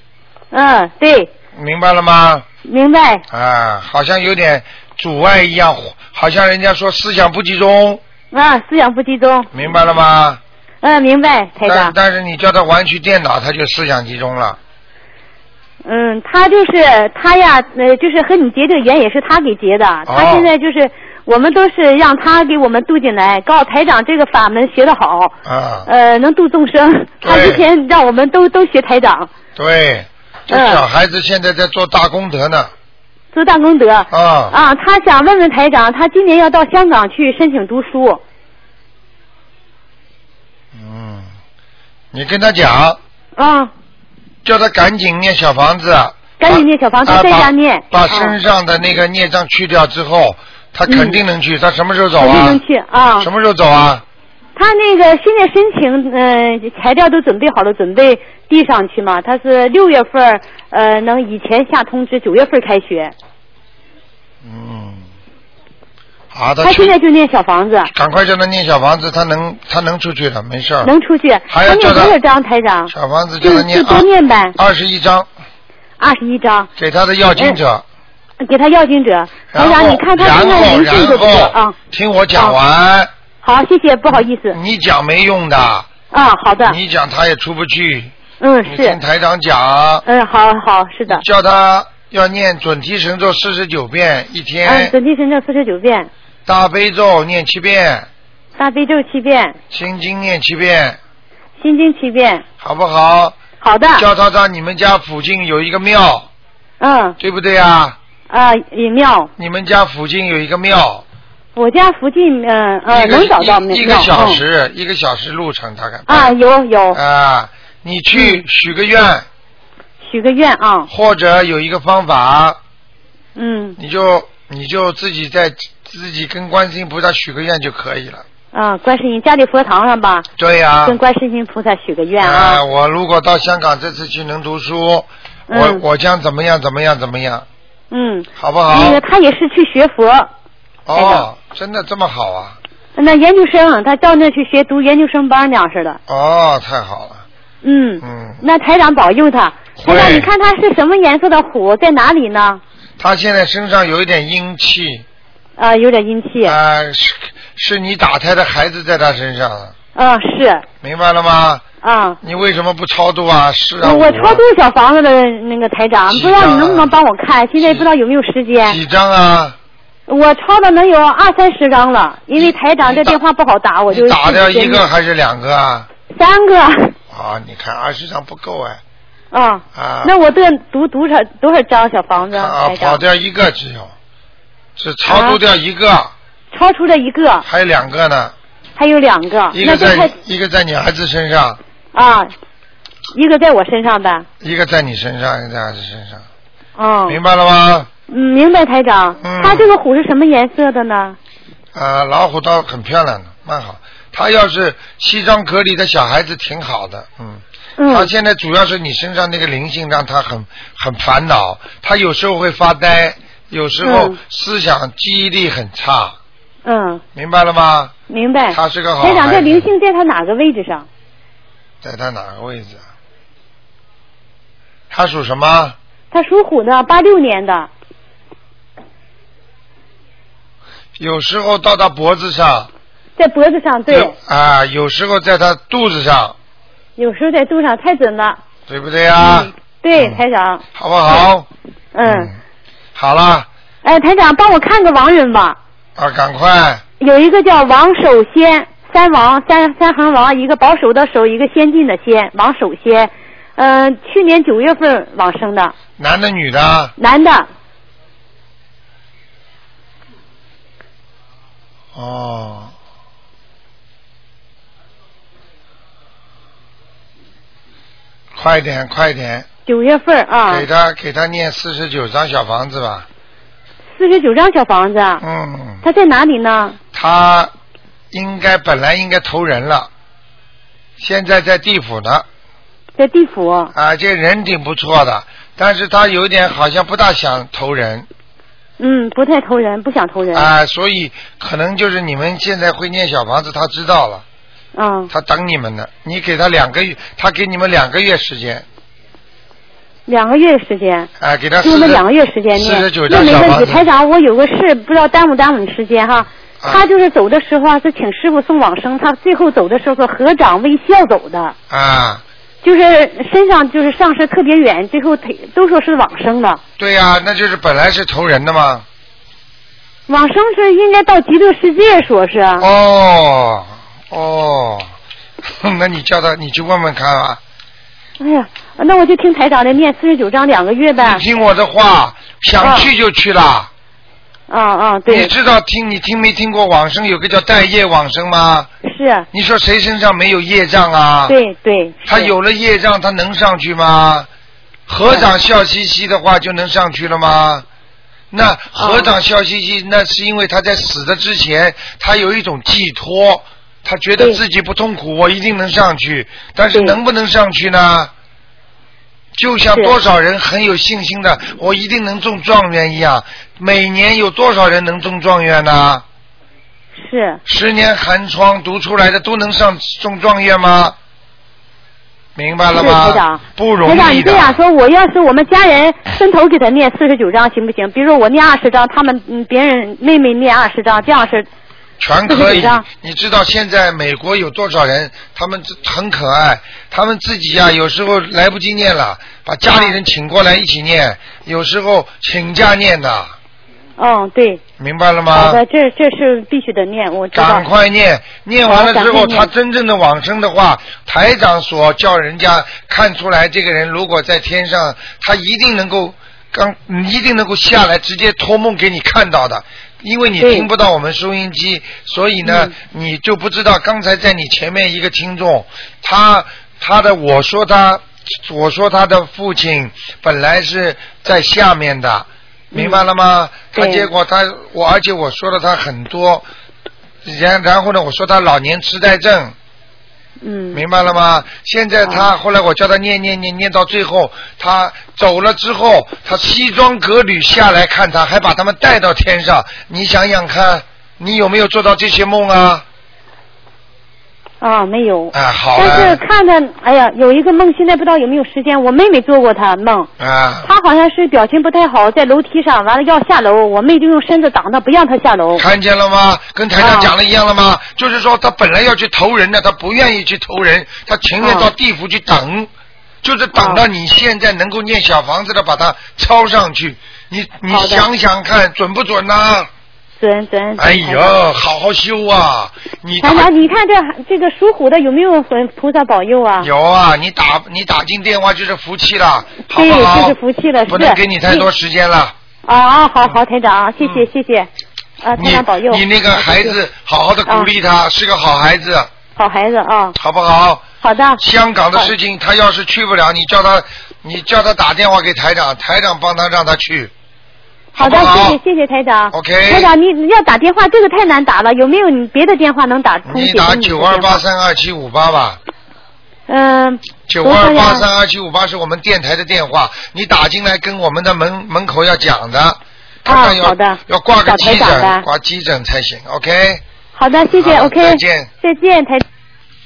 Speaker 10: 嗯，对，
Speaker 1: 明白了吗？
Speaker 10: 明白。
Speaker 1: 啊，好像有点阻碍一样，好像人家说思想不集中，
Speaker 10: 啊，思想不集中。
Speaker 1: 明白了吗？
Speaker 10: 嗯，明白，台
Speaker 1: 但
Speaker 10: 长。
Speaker 1: 但是你叫他玩去电脑，他就思想集中了。
Speaker 10: 嗯，他就是他呀，呃，就是和你结这个缘也是他给结
Speaker 1: 哦
Speaker 10: 的。他现在就是我们都是让他给我们渡进来，告诉台长这个法门学得好，
Speaker 1: 啊，
Speaker 10: 呃，能度众生。他之前让我们都都学台长，
Speaker 1: 对，这
Speaker 10: 嗯
Speaker 1: 小孩子现在在做大功德呢。
Speaker 10: 做大功德。
Speaker 1: 啊，
Speaker 10: 啊，他想问问台长，他今年要到香港去申请读书。
Speaker 1: 嗯，你跟他讲，
Speaker 10: 啊，
Speaker 1: 叫他赶紧念小房子，
Speaker 10: 赶紧念小房子，
Speaker 1: 啊
Speaker 10: 在家念。
Speaker 1: 把身上的那个孽障去掉之后，他肯定能去。他什么时候走
Speaker 10: 嗯肯定
Speaker 1: 啊
Speaker 10: 能？去啊！
Speaker 1: 什么时候走啊？
Speaker 10: 他那个现在申请，嗯、材料都准备好了，准备递上去嘛。他是六月份儿，呃，能以前下通知，九月份儿开学。
Speaker 1: 嗯，好，啊他
Speaker 10: 他
Speaker 1: 去啊
Speaker 10: 现在就念小房子，
Speaker 1: 赶快叫他念小房子，他能他能出去的，没事儿。
Speaker 10: 能出去。
Speaker 1: 还
Speaker 10: 他
Speaker 1: 要
Speaker 10: 念
Speaker 1: 叫他
Speaker 10: 多少张，台长？
Speaker 1: 小房子叫
Speaker 10: 就
Speaker 1: 他
Speaker 10: 就
Speaker 1: 念啊
Speaker 10: 多念呗，
Speaker 1: 二十一章，
Speaker 10: 二十一张，
Speaker 1: 给他的要经者，
Speaker 10: 嗯给他要经者。台
Speaker 1: 然
Speaker 10: 长，
Speaker 1: 后
Speaker 10: 你看他
Speaker 1: 然
Speaker 10: 现在
Speaker 1: 后
Speaker 10: 灵性
Speaker 1: 然
Speaker 10: 怎么样
Speaker 1: 后
Speaker 10: 啊？
Speaker 1: 听我讲完，
Speaker 10: 好，谢谢，不好意思。
Speaker 1: 你讲没用的，
Speaker 10: 啊，好的，
Speaker 1: 你讲他也出不去。
Speaker 10: 嗯
Speaker 1: 你
Speaker 10: 是
Speaker 1: 听，台长讲，
Speaker 10: 嗯好好是的，
Speaker 1: 叫他要念准提神咒四十九遍一
Speaker 10: 嗯，
Speaker 1: 天，
Speaker 10: 准提神咒四十九遍，
Speaker 1: 大悲咒念七遍，
Speaker 10: 大悲咒七遍，
Speaker 1: 心经念七遍，
Speaker 10: 心经七遍。
Speaker 1: 好不好？
Speaker 10: 好的，
Speaker 1: 叫他到你们家附近有一个庙，
Speaker 10: 嗯
Speaker 1: 对不对啊？
Speaker 10: 啊，也妙。
Speaker 1: 你们家附近有一个庙，
Speaker 10: 我家附近，嗯呃
Speaker 1: 一个
Speaker 10: 能找到
Speaker 1: 一
Speaker 10: 没有？
Speaker 1: 一个小时，一个小时路程大概。
Speaker 10: 嗯啊，有有，嗯
Speaker 1: 啊，你去许个愿，
Speaker 10: 许个愿啊，
Speaker 1: 或者有一个方法，
Speaker 10: 嗯
Speaker 1: 你就你就自己在自己跟观世音菩萨许个愿就可以了。
Speaker 10: 啊，观世音家里佛堂上吧，
Speaker 1: 对呀、
Speaker 10: 跟观世音菩萨许个愿
Speaker 1: 啊
Speaker 10: 啊，
Speaker 1: 我如果到香港这次去能读书，
Speaker 10: 嗯
Speaker 1: 我我将怎么样怎么样怎么样，
Speaker 10: 嗯，
Speaker 1: 好不好
Speaker 10: 那？个他也是去学佛，
Speaker 1: 哦，真的这么好啊！
Speaker 10: 那研究生他到那去学读研究生班那样似的，
Speaker 1: 哦，太好了，
Speaker 10: 嗯，
Speaker 1: 嗯，
Speaker 10: 那台长保佑他。台长，
Speaker 1: 会
Speaker 10: 你看他是什么颜色的虎，在哪里呢？
Speaker 1: 他现在身上有一点阴气，
Speaker 10: 啊、有点阴气，啊、
Speaker 1: 啊、是是你打胎的孩子在他身上了，
Speaker 10: 啊是，
Speaker 1: 明白了吗？
Speaker 10: 啊、
Speaker 1: 你为什么不超度啊？是啊，
Speaker 10: 我我
Speaker 1: 五
Speaker 10: 超度小房子的那个台长，
Speaker 1: 几
Speaker 10: 不知道
Speaker 1: 张
Speaker 10: 你能不能
Speaker 1: 啊
Speaker 10: 帮我看？现在不知道有没有时间。
Speaker 1: 几张啊？
Speaker 10: 我超的能有二三十张了，因为台长这电话不好打，我就
Speaker 1: 你打掉
Speaker 10: 自己
Speaker 1: 一
Speaker 10: 先
Speaker 1: 个还是两个啊？
Speaker 10: 三个。
Speaker 1: 啊，你看二十张不够哎，
Speaker 10: 啊，
Speaker 1: 啊，
Speaker 10: 那我这读多少多少张啊小房子啊，
Speaker 1: 啊
Speaker 10: 台
Speaker 1: 跑
Speaker 10: 长？
Speaker 1: 掉一个只有，只超度掉一个，
Speaker 10: 超出了一个，
Speaker 1: 还有两个呢，
Speaker 10: 还有两个，
Speaker 1: 一
Speaker 10: 啊那
Speaker 1: 个
Speaker 10: 就太
Speaker 1: 在一个在你儿子身上，
Speaker 10: 啊，一个在我身上呗。
Speaker 1: 一个在你身上，一个在儿子身上，
Speaker 10: 哦，
Speaker 1: 明白了吗？
Speaker 10: 嗯，明白台长。
Speaker 1: 嗯
Speaker 10: 他这个虎是什么颜色的呢？
Speaker 1: 啊，老虎倒很漂亮的，蛮好。他要是西装革履的小孩子挺好的，嗯。他
Speaker 10: 嗯，
Speaker 1: 现在主要是你身上那个灵性让他很很烦恼，他有时候会发呆，有时候
Speaker 10: 嗯
Speaker 1: 思想记忆力很差，
Speaker 10: 嗯，
Speaker 1: 明白了吗？
Speaker 10: 明白。
Speaker 1: 他是个好
Speaker 10: 台长，
Speaker 1: 孩
Speaker 10: 这
Speaker 1: 子
Speaker 10: 灵性在他哪个位置上？
Speaker 1: 在他哪个位置啊？他属什么？
Speaker 10: 他属虎的，八六年的。
Speaker 1: 有时候到他脖子上，
Speaker 10: 在脖子上，对，
Speaker 1: 啊，有时候在他肚子上，
Speaker 10: 有时候在肚上太准了，
Speaker 1: 对不对啊？
Speaker 10: 嗯对，台长，
Speaker 1: 好不好？
Speaker 10: 嗯，
Speaker 1: 好了，
Speaker 10: 哎，台长帮我看个亡人吧，
Speaker 1: 啊，赶快，
Speaker 10: 有一个叫王守先，三王三三横王，一个保守的守，一个先进的先，王守先，嗯、去年九月份往生的，
Speaker 1: 男的女的，
Speaker 10: 男的，
Speaker 1: 哦。快点，快点，
Speaker 10: 九月份啊
Speaker 1: 给，他给他念四十九张小房子吧。
Speaker 10: 四十九张小房子，
Speaker 1: 嗯，
Speaker 10: 他在哪里呢？
Speaker 1: 他应该本来应该投人了，现在在地府呢。
Speaker 10: 在地府。
Speaker 1: 啊，这人挺不错的，但是他有点好像不大想投人
Speaker 10: 嗯，不太投人，不想投人，
Speaker 1: 啊，所以可能就是你们现在会念小房子，他知道了，
Speaker 10: 嗯，
Speaker 1: 他等你们呢。你给他两个月，他给你们两个月时间，
Speaker 10: 两个月时间。
Speaker 1: 啊，给他
Speaker 10: 给我们两个月时间
Speaker 1: 四十
Speaker 10: 念，
Speaker 1: 九
Speaker 10: 那
Speaker 1: 张
Speaker 10: 没
Speaker 1: 小
Speaker 10: 问
Speaker 1: 房
Speaker 10: 题。
Speaker 1: 子。啊
Speaker 10: 台长，我有个事，不知道耽误耽误你时间哈。他就是走的时候啊，是请师傅送往生，他最后走的时候是合掌微笑走的，
Speaker 1: 啊，
Speaker 10: 就是身上就是上身特别远，最后腿都说是往生的，
Speaker 1: 对呀、那就是本来是投人的嘛。
Speaker 10: 往生是应该到极乐世界，说是。啊
Speaker 1: 哦哦， 那你叫他，你去问问看啊。
Speaker 10: 哎呀，那我就听台长的念四十九章两个月呗。
Speaker 1: 听我的话，想去就去啦。
Speaker 10: 啊啊，
Speaker 1: 你
Speaker 10: 对，
Speaker 1: 知道听你听没听过往生有个叫带业往生吗？
Speaker 10: 是，
Speaker 1: 你说谁身上没有业障啊？
Speaker 10: 对对。
Speaker 1: 他有了业障，他能上去吗？和尚笑嘻嘻的话就能上去了吗？那和尚笑嘻嘻，那是因为他在死的之前，他有一种寄托，他觉得自己不痛苦，我一定能上去。但是能不能上去呢？就像多少人很有信心的，我一定能中状元一样，每年有多少人能中状元呢？
Speaker 10: 是
Speaker 1: 十年寒窗读出来的都能上中状元吗？明白了
Speaker 10: 是台
Speaker 1: 吗
Speaker 10: 长？
Speaker 1: 不容
Speaker 10: 台长，
Speaker 1: 易
Speaker 10: 你这
Speaker 1: 的。
Speaker 10: 样说，我要是我们家人分头给他念四十九章行不行？比如说我念二十章，他们嗯别人妹妹念二十章，这样是
Speaker 1: 全可
Speaker 10: 49
Speaker 1: 以
Speaker 10: 张。
Speaker 1: 你知道现在美国有多少人？他们自很可爱，他们自己呀、有时候来不及念了，把家里人请过来一起念，有时候请假念的，
Speaker 10: 嗯对。
Speaker 1: 明白了
Speaker 10: 好
Speaker 1: 吗？
Speaker 10: 的，这这是必须得念，我知道。
Speaker 1: 啊赶快念，念完了之
Speaker 10: 好
Speaker 1: 后，
Speaker 10: 赶快念
Speaker 1: 他真正的往生的话，台长所叫人家看出来，这个人如果在天上，他一定能够刚，你一定能够下来，直接托梦给你看到的。因为你
Speaker 11: 对
Speaker 1: 听不到我们收音机，所以呢，你就不知道刚才在你前面一个听众，他他的我说他我说他的父亲本来是在下面的，嗯明白了吗？他
Speaker 11: 对
Speaker 1: 结果他我而且我说了他很多，然然后呢，我说他老年痴呆症，
Speaker 10: 嗯，啊
Speaker 1: 明白了吗？现在他后来我叫他念念念念到最后，他走了之后，他西装革履下来看他，还把他们带到天上。你想想看，你有没有做到这些梦啊？
Speaker 10: 啊，没有。
Speaker 1: 啊，好
Speaker 10: 但是
Speaker 1: 了，
Speaker 10: 看着，哎呀，有一个梦，现在不知道有没有时间。我妹妹做过她梦，
Speaker 1: 啊，
Speaker 10: 她好像是表情不太好，在楼梯上，完了要下楼，我妹就用身子挡她，不让她下 楼。
Speaker 1: 看见了吗？跟台
Speaker 10: 啊
Speaker 1: 上讲的一样了吗？就是说他本来要去投人的，他不愿意去投人，他情愿
Speaker 10: 啊
Speaker 1: 到地府去等，就是等到你现在能够念小房子的，把它抄上去。你你
Speaker 10: 好的
Speaker 1: 想想看，准不准呐、
Speaker 10: 准准。
Speaker 1: 哎
Speaker 10: 台长
Speaker 1: 呦，好好修啊！你
Speaker 10: 台
Speaker 1: 打
Speaker 10: 长，你看这这个属虎的有没有菩菩萨保佑啊？
Speaker 1: 有啊，你打你打进电话就是福气了，好
Speaker 10: 对，
Speaker 1: 不好？
Speaker 10: 这是福气了，
Speaker 1: 不
Speaker 10: 是
Speaker 1: 能给你太多时间了。
Speaker 10: 啊啊，好好，台长，谢谢、谢谢，啊，台
Speaker 1: 你
Speaker 10: 长保佑。
Speaker 1: 你那个孩子，好好的鼓励他，是个好孩子，
Speaker 10: 好孩子啊，
Speaker 1: 好不好？
Speaker 10: 好的。
Speaker 1: 香港的事情，他要是去不了，你叫他，你叫他打电话给台长，台长帮他让他去。
Speaker 10: 好的，
Speaker 1: 好不好
Speaker 10: 谢谢谢谢台长。
Speaker 1: OK
Speaker 10: 台长，你你要打电话，这个太难打了，有没有你别的电话能打通
Speaker 1: 你
Speaker 10: 解
Speaker 1: 打
Speaker 10: 决你的
Speaker 1: 九
Speaker 10: 电话
Speaker 1: 二八。三二七五八吧，
Speaker 10: 嗯，
Speaker 1: 九
Speaker 10: 多少
Speaker 1: 二八
Speaker 10: 呀
Speaker 1: 三二七五八是我们电台的电话，你打进来跟我们的门门口要讲的，看看要、
Speaker 10: 啊好的
Speaker 1: 要挂个
Speaker 10: 找台
Speaker 1: 急
Speaker 10: 长
Speaker 1: 诊，
Speaker 10: 的
Speaker 1: 挂急诊才行。OK，
Speaker 10: 好的，谢谢
Speaker 1: 好
Speaker 10: ，OK，
Speaker 1: 再见，
Speaker 10: 再见，台。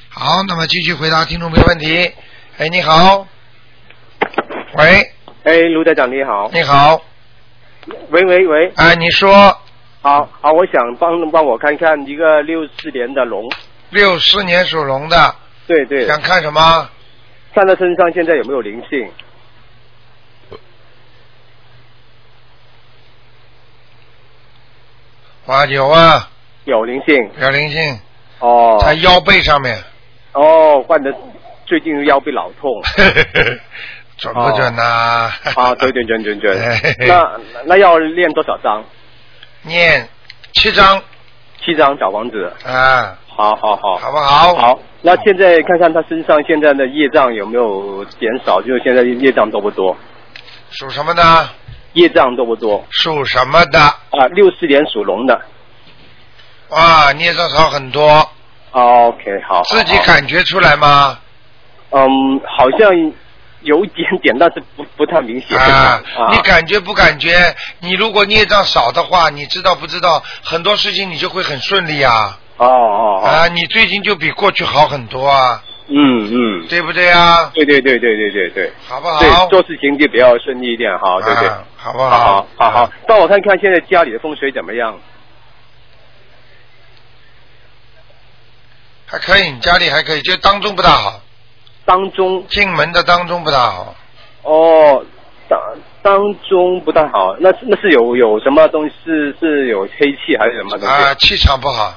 Speaker 1: 好，那么继续回答听众朋友问题。哎，你好，喂，
Speaker 12: 哎，卢台长你好。
Speaker 1: 你好，哎
Speaker 12: 喂喂喂，
Speaker 1: 哎，你说，
Speaker 11: 好好，我想帮帮我看看一个六四年的龙，
Speaker 1: 六四年属龙的，
Speaker 11: 对对，
Speaker 1: 想看什么？
Speaker 11: 看他身上现在有没有灵性？
Speaker 1: 哇，有啊，
Speaker 11: 有灵性
Speaker 1: 有灵性，
Speaker 11: 哦。
Speaker 1: 在腰背上面，
Speaker 11: 哦，患得最近腰背老 痛。
Speaker 1: 准不准呐、
Speaker 11: 啊，对对准准准。 那那要练多少张？
Speaker 1: 念七张，
Speaker 11: 七张小房子。
Speaker 1: 啊，
Speaker 11: 好好好，
Speaker 1: 好不好？
Speaker 11: 好，那现在看看他身上现在的业障有没有减少？就是现在业障多不多？
Speaker 1: 属什么呢？
Speaker 11: 业障多不多？
Speaker 1: 属什么的？
Speaker 11: 啊，六四年属龙的。
Speaker 1: 哇，孽障少很多，
Speaker 11: 啊 OK，好。好
Speaker 1: 自己
Speaker 11: 好
Speaker 1: 感觉出来吗？
Speaker 11: 嗯，好像有一点点，但是不不太 明显。
Speaker 1: 啊，你感觉不感觉？你如果孽障少的话，你知道不知道？很多事情你就会很顺利啊。
Speaker 11: 哦哦
Speaker 1: 啊，你最近就比过去好很多啊，
Speaker 11: 嗯嗯，
Speaker 1: 对不对啊？
Speaker 11: 对对对对对对对，
Speaker 1: 好不好？
Speaker 11: 对，做事情就比较顺利一点，好，对对，
Speaker 1: 啊好不
Speaker 11: 好
Speaker 1: 好？
Speaker 11: 好好，帮我看看现在家里的风水怎么样？
Speaker 1: 还可以，你家里还可以，就当中不大好。
Speaker 11: 当中。
Speaker 1: 进门的当中不大好，
Speaker 11: 哦，当当中不太好，那是那是有有什么东西是是有黑气还是什么东西？
Speaker 1: 啊，气场不好。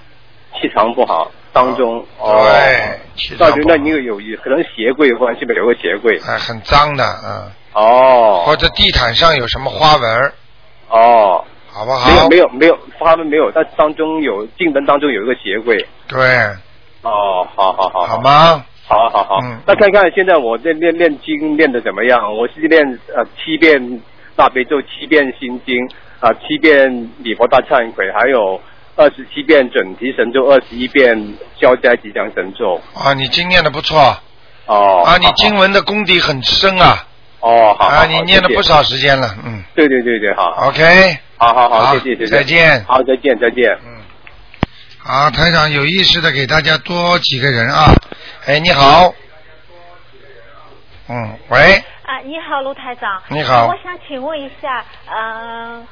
Speaker 11: 气场不好，当中哦，
Speaker 1: 对气场
Speaker 11: 那
Speaker 1: 不好
Speaker 11: 就那你有有可能鞋柜或者是不是有个鞋柜？
Speaker 1: 哎，很脏的，嗯。
Speaker 11: 哦。
Speaker 1: 或者地毯上有什么花纹儿，
Speaker 11: 哦，
Speaker 1: 好不
Speaker 11: 没有
Speaker 1: 好？
Speaker 11: 没有没有，他们没有，但当中有进门当中有一个鞋柜。
Speaker 1: 对，
Speaker 11: 哦，好好好。
Speaker 1: 好吗？
Speaker 11: 好好好，
Speaker 1: 嗯
Speaker 11: 那看看现在我练练练经练的怎么样？我是练呃七遍大悲咒，七遍心经，啊、七遍礼佛大忏悔，还有二十七遍准提神咒，二十一遍消灾吉祥神咒。
Speaker 1: 啊，你经念的不错，
Speaker 11: 哦，
Speaker 1: 啊，你经文的功底很深啊，
Speaker 11: 哦，好好
Speaker 1: 啊，你念了不少时。
Speaker 11: 好谢谢
Speaker 1: 间了，嗯
Speaker 11: 对对对对，好。
Speaker 1: ，OK，
Speaker 11: 好好
Speaker 1: 好
Speaker 11: 好，谢谢谢谢。
Speaker 1: 再见嗯
Speaker 11: 好，再见再见。
Speaker 1: 好，台长有意识的给大家多几个人啊，哎，你好，嗯，喂，
Speaker 12: 啊，你好，卢台长。
Speaker 1: 你好
Speaker 12: 啊我想请问一下，嗯、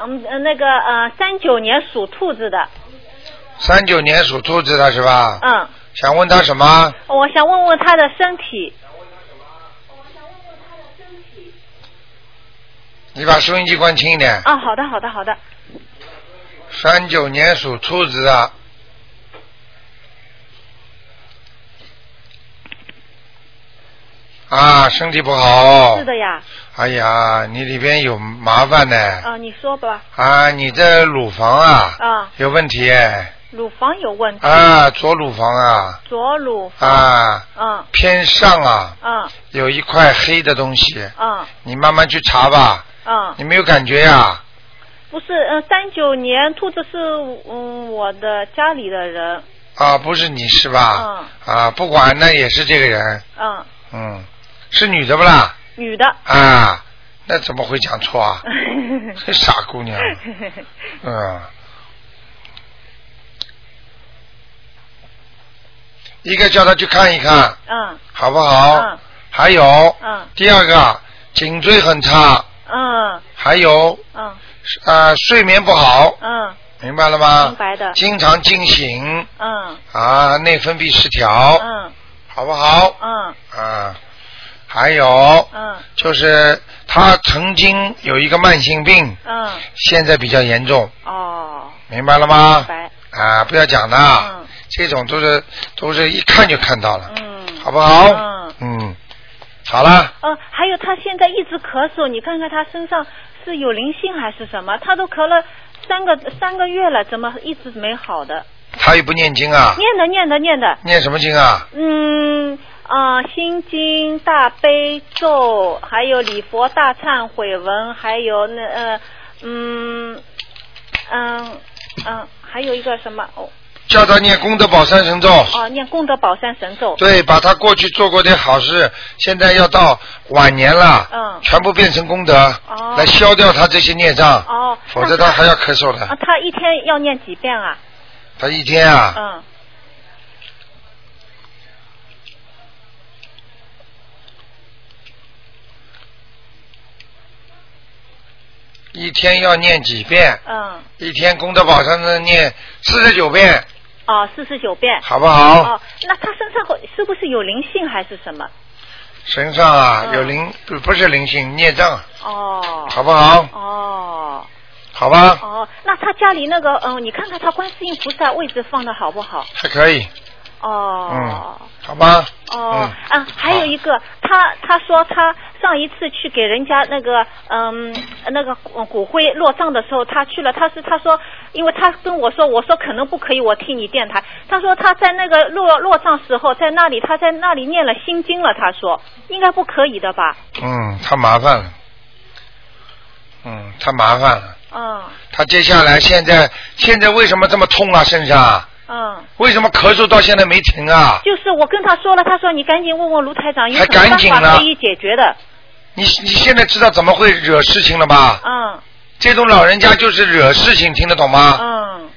Speaker 12: 嗯、呃那个呃，三九年属兔子的，
Speaker 1: 三九年属兔子的是吧？
Speaker 12: 嗯，
Speaker 1: 想问他什么？
Speaker 12: 我想问问他的身体。
Speaker 1: 你把收音机关轻一点。
Speaker 13: 哦
Speaker 12: 啊，好的，好的，好的。
Speaker 1: 三九年属兔子的。啊，身体不好
Speaker 12: 是。的呀。
Speaker 1: 哎呀，你里边有麻烦呢。
Speaker 12: 啊，你说吧。
Speaker 1: 啊，你这乳房啊
Speaker 12: 啊，
Speaker 1: 有问题哎。
Speaker 12: 乳房有问题。
Speaker 1: 啊，。左乳房啊
Speaker 12: 左乳房。
Speaker 1: 啊
Speaker 12: 嗯。
Speaker 1: 偏上啊，
Speaker 12: 嗯
Speaker 1: 有一块黑的东西，
Speaker 12: 嗯
Speaker 1: 你慢慢去查吧。
Speaker 12: 嗯。
Speaker 1: 你没有感觉呀、
Speaker 12: 不是，嗯、三九年兔子是嗯我的家里的人，
Speaker 1: 啊，不是你是吧？啊，不管那也是这个人，
Speaker 12: 嗯，
Speaker 1: 嗯，是女的不啦？
Speaker 12: 女的。
Speaker 1: 啊，那怎么会讲错 啊？这傻姑娘，嗯，一个叫她去看一看，
Speaker 12: 嗯
Speaker 1: 好不好？还有
Speaker 12: 嗯
Speaker 1: 第二个，颈椎很差，
Speaker 12: 嗯
Speaker 1: 还有
Speaker 12: 嗯
Speaker 1: 啊睡眠不好，
Speaker 12: 嗯，
Speaker 1: 明白了吗？
Speaker 12: 明白的
Speaker 1: 经常惊醒
Speaker 12: 嗯
Speaker 1: 啊，内分泌失调，
Speaker 12: 嗯
Speaker 1: 好不好？
Speaker 12: 嗯
Speaker 1: 啊，还有
Speaker 12: 嗯
Speaker 1: 就是他曾经有一个慢性病，
Speaker 12: 嗯，
Speaker 1: 现在比较严重，
Speaker 12: 哦，
Speaker 1: 明白了吗？
Speaker 12: 明白。
Speaker 1: 啊，不要讲的，
Speaker 12: 嗯
Speaker 1: 这种都是都是一看就看到了，
Speaker 12: 嗯，
Speaker 1: 好不好？
Speaker 12: 嗯
Speaker 1: 嗯，好了，
Speaker 12: 嗯，还有他现在一直咳嗽，你看看他身上是有灵性还是什么？他都咳了三个三个月了，怎么一直没好的？
Speaker 1: 他又不念经啊，
Speaker 12: 念的念的念的，
Speaker 1: 念什么经啊？
Speaker 12: 嗯啊、心经、大悲咒，还有礼佛大忏悔文，还有那呃嗯嗯嗯，还有一个什么哦
Speaker 1: 叫他念功德宝山神咒。
Speaker 12: 哦，念功德宝山神咒。
Speaker 1: 对，把他过去做过的好事，现在要到晚年了，
Speaker 12: 嗯
Speaker 1: 全部变成功德，
Speaker 12: 哦
Speaker 1: 来消掉他这些孽障，
Speaker 12: 哦，
Speaker 1: 否则他还要咳嗽
Speaker 12: 啊，
Speaker 1: 的。
Speaker 12: 他一天要念几遍啊？
Speaker 1: 他一天啊，
Speaker 12: 嗯，
Speaker 1: 一天要念几遍？
Speaker 12: 嗯，
Speaker 1: 一天功德宝山呢念四十九遍，
Speaker 12: 哦，四十九遍，
Speaker 1: 好不好
Speaker 12: 哦，那他身上会是不是有灵性还是什么？
Speaker 1: 身上啊
Speaker 12: 嗯
Speaker 1: 有灵不不是灵性孽障，
Speaker 12: 哦，
Speaker 1: 好不好
Speaker 12: 哦，
Speaker 1: 好吧？
Speaker 12: 哦，那他家里那个，嗯、你看看他观世音菩萨位置放的好不好？
Speaker 1: 还可以，
Speaker 12: 哦，
Speaker 1: 嗯，好吧？
Speaker 12: 哦，啊，还有一个，他他说他上一次去给人家那个嗯那个骨骨灰落葬的时候，他去了，他是他说，因为他跟我说，我说可能不可以，我替你电台。他说他在那个落落葬时候，在那里他在那里念了心经了，他说应该不可以的吧？
Speaker 1: 嗯，太麻烦了，嗯，太麻烦了。
Speaker 12: 嗯
Speaker 1: 他接下来现在现在为什么这么痛啊？身上
Speaker 12: 嗯。
Speaker 1: 为什么咳嗽到现在没停啊？
Speaker 12: 就是我跟他说了，他说你赶紧问问卢台长有
Speaker 1: 还
Speaker 12: 什么
Speaker 1: 赶紧
Speaker 12: 办
Speaker 1: 呢
Speaker 12: 法可以解决的。
Speaker 1: 你你现在知道怎么会惹事情了吧？
Speaker 12: 嗯
Speaker 1: 这种老人家就是惹事情，听得懂吗？
Speaker 12: 嗯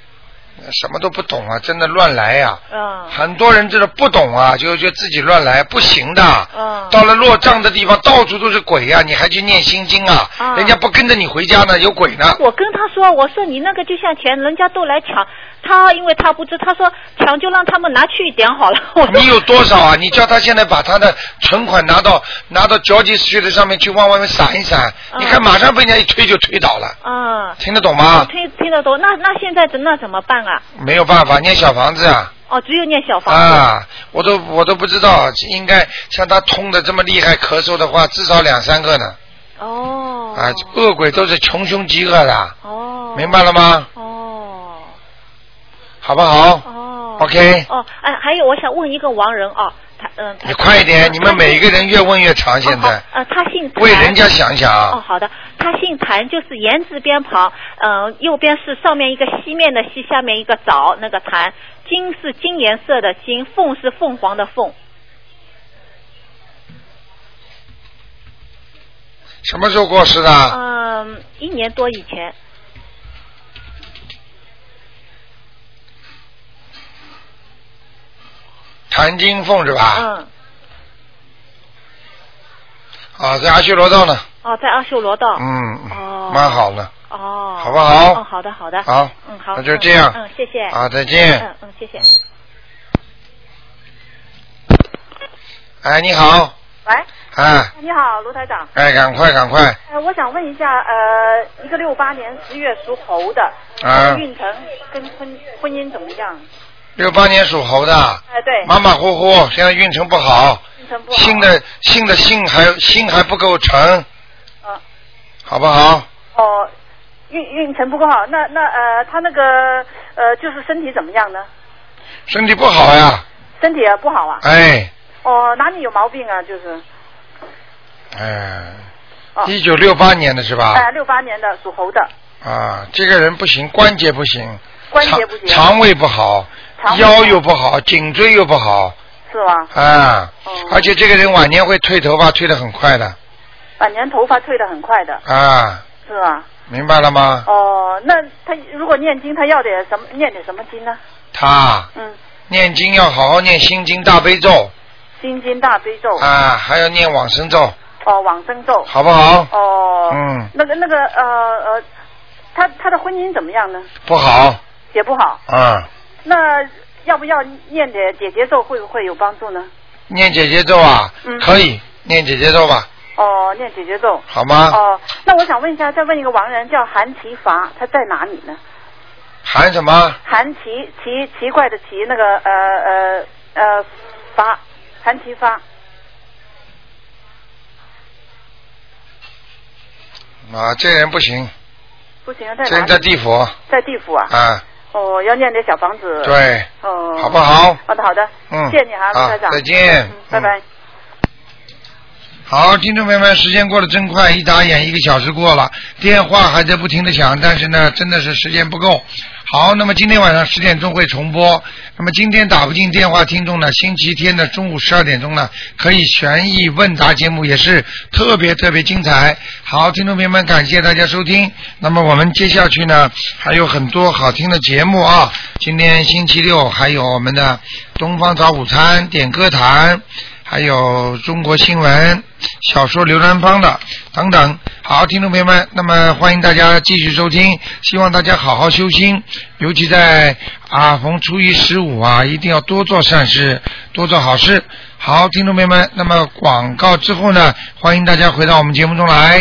Speaker 1: 什么都不懂啊，真的乱来呀、
Speaker 12: 嗯
Speaker 1: 很多人真的不懂啊，就就自己乱来，不行的。
Speaker 12: 嗯。
Speaker 1: 到了落葬的地方，到处都是鬼呀、你还去念心经啊？
Speaker 12: 嗯
Speaker 1: 人家不跟着你回家呢，有鬼呢。
Speaker 12: 我跟他说，我说你那个就像钱，人家都来抢，他因为他不知，他说抢就让他们拿去一点好 了。我
Speaker 1: 你有多少啊？你叫他现在把他的存款拿到拿到交际区的上面去，往外面散一散，
Speaker 12: 嗯
Speaker 1: 你看马上被人家一推就推倒了，
Speaker 12: 嗯，
Speaker 1: 听得懂啊吗
Speaker 12: 我听听得懂，那那现在怎那怎么办啊？
Speaker 1: 没有办法，念小房子啊。
Speaker 12: 哦，只有念小房子。
Speaker 1: 啊，我都我都不知道，应该像他痛的这么厉害，咳嗽的话，至少两三个呢。
Speaker 12: 哦。
Speaker 1: 啊，恶鬼都是穷凶极恶的。
Speaker 12: 哦。
Speaker 1: 明白了吗？
Speaker 12: 哦。
Speaker 1: 好不好？
Speaker 12: 哦。
Speaker 1: OK
Speaker 12: 哦，哎，还有我想问一个亡人啊，他嗯。他
Speaker 1: 你快一点，你们每一个人越问越长，现在、
Speaker 12: 呃，他姓谭
Speaker 1: 为人家想想啊
Speaker 12: 哦，好的，他姓谭，就是言字边旁，嗯、右边是上面一个西面的西，下面一个枣那个谭，金是金颜色的金，凤是凤凰的凤，
Speaker 1: 什么时候过世的？
Speaker 12: 嗯、一年多以前，
Speaker 1: 谭金凤是吧？
Speaker 12: 嗯，
Speaker 1: 啊，在阿修罗道呢，
Speaker 12: 哦，在阿修罗道，
Speaker 1: 嗯，
Speaker 12: 哦，
Speaker 1: 蛮，好的。
Speaker 12: 哦，
Speaker 1: 好不好
Speaker 12: 哦，好的，好的，
Speaker 1: 好
Speaker 12: 嗯，好，
Speaker 1: 那就这样
Speaker 12: 嗯，嗯谢谢，
Speaker 1: 啊再见
Speaker 12: 嗯嗯，谢谢，
Speaker 1: 哎，你好，
Speaker 13: 喂，
Speaker 1: 哎，
Speaker 13: 你好，卢台长。
Speaker 1: 哎，赶快赶快，
Speaker 13: 呃，我想问一下，呃，一个六八年十月属猴的，
Speaker 1: 啊
Speaker 13: 他的运程跟婚婚姻怎么样？
Speaker 1: 六八年属猴的，
Speaker 13: 哎、对，
Speaker 1: 马马虎虎，现在运程不好，
Speaker 13: 运程不好。
Speaker 1: 信的信的信还信还不够诚，
Speaker 13: 啊
Speaker 1: 好不好？
Speaker 13: 哦，运运程不够好，那那呃，他那个呃，就是身体怎么样呢？
Speaker 1: 身体不好呀，
Speaker 13: 身体啊不好啊。
Speaker 1: 哎
Speaker 13: 哦，哪里有毛病啊？就是。
Speaker 1: 哎，一九六八年的是吧？
Speaker 13: 哦哎，六八年的属猴的，
Speaker 1: 啊，这个人不行，关节不行，
Speaker 13: 关节不行。
Speaker 1: 肠胃不好，
Speaker 13: 肠胃不好
Speaker 1: 腰又不好，颈椎又不好，
Speaker 13: 是吧？
Speaker 1: 啊，
Speaker 13: 哦
Speaker 1: 而且这个人晚年会退头发，退得很快的，
Speaker 13: 晚年头发退得很快的，
Speaker 1: 啊，
Speaker 13: 是吧？
Speaker 1: 明白了吗？
Speaker 13: 哦，那他如果念经，他要点什么？念点什么经呢？
Speaker 1: 他
Speaker 13: 嗯，
Speaker 1: 念经要好好念心经大悲咒
Speaker 13: 心经大悲咒。
Speaker 1: 啊，还要念往生咒，
Speaker 13: 哦，往生咒。
Speaker 1: 好不好
Speaker 13: 哦。
Speaker 1: 嗯
Speaker 13: 那个那个呃呃，他他的婚姻怎么样呢？
Speaker 1: 不好
Speaker 13: 也不好。
Speaker 1: 啊。
Speaker 13: 那要不要念点解结咒会不会有帮助呢？
Speaker 1: 念姐姐咒啊，
Speaker 13: 嗯
Speaker 1: 可以念姐姐咒吧，
Speaker 13: 哦，念解结咒。
Speaker 1: 好吗
Speaker 13: 哦，那我想问一下，再问一个亡人叫韩奇伐，他在哪里呢？
Speaker 1: 喊什么？
Speaker 13: 韩奇奇奇怪的奇，那个呃呃呃伐，韩奇伐。
Speaker 1: 啊，这人不行，
Speaker 13: 不行，啊在
Speaker 1: 这
Speaker 13: 哪
Speaker 1: 人
Speaker 13: 里？
Speaker 1: 在地府
Speaker 13: 在地府啊。
Speaker 1: 啊，
Speaker 13: 哦，要念点小房子。
Speaker 1: 对。
Speaker 13: 哦。
Speaker 1: 好不好
Speaker 13: 好的，好的。
Speaker 1: 嗯
Speaker 13: 谢谢你啊，
Speaker 1: 好
Speaker 13: 卢台长。
Speaker 1: 再见
Speaker 13: 嗯拜拜。
Speaker 1: 好，听众朋友们，时间过得真快，一眨眼一个小时过了，电话还在不停的响，但是呢，真的是时间不够。好，那么今天晚上十点钟会重播。那么今天打不进电话听众呢，星期天的中午十二点钟呢，可以悬疑问答节目也是特别特别精彩。好，听众朋友们，感谢大家收听。那么我们接下去呢，还有很多好听的节目啊。今天星期六还有我们的东方早午餐点歌坛。还有中国新闻、小说刘兰芳的等等。好，听众朋友们，那么欢迎大家继续收听，希望大家好好修心，尤其在啊逢初一十五啊，一定要多做善事，多做好事。好，听众朋友们，那么广告之后呢，欢迎大家回到我们节目中来。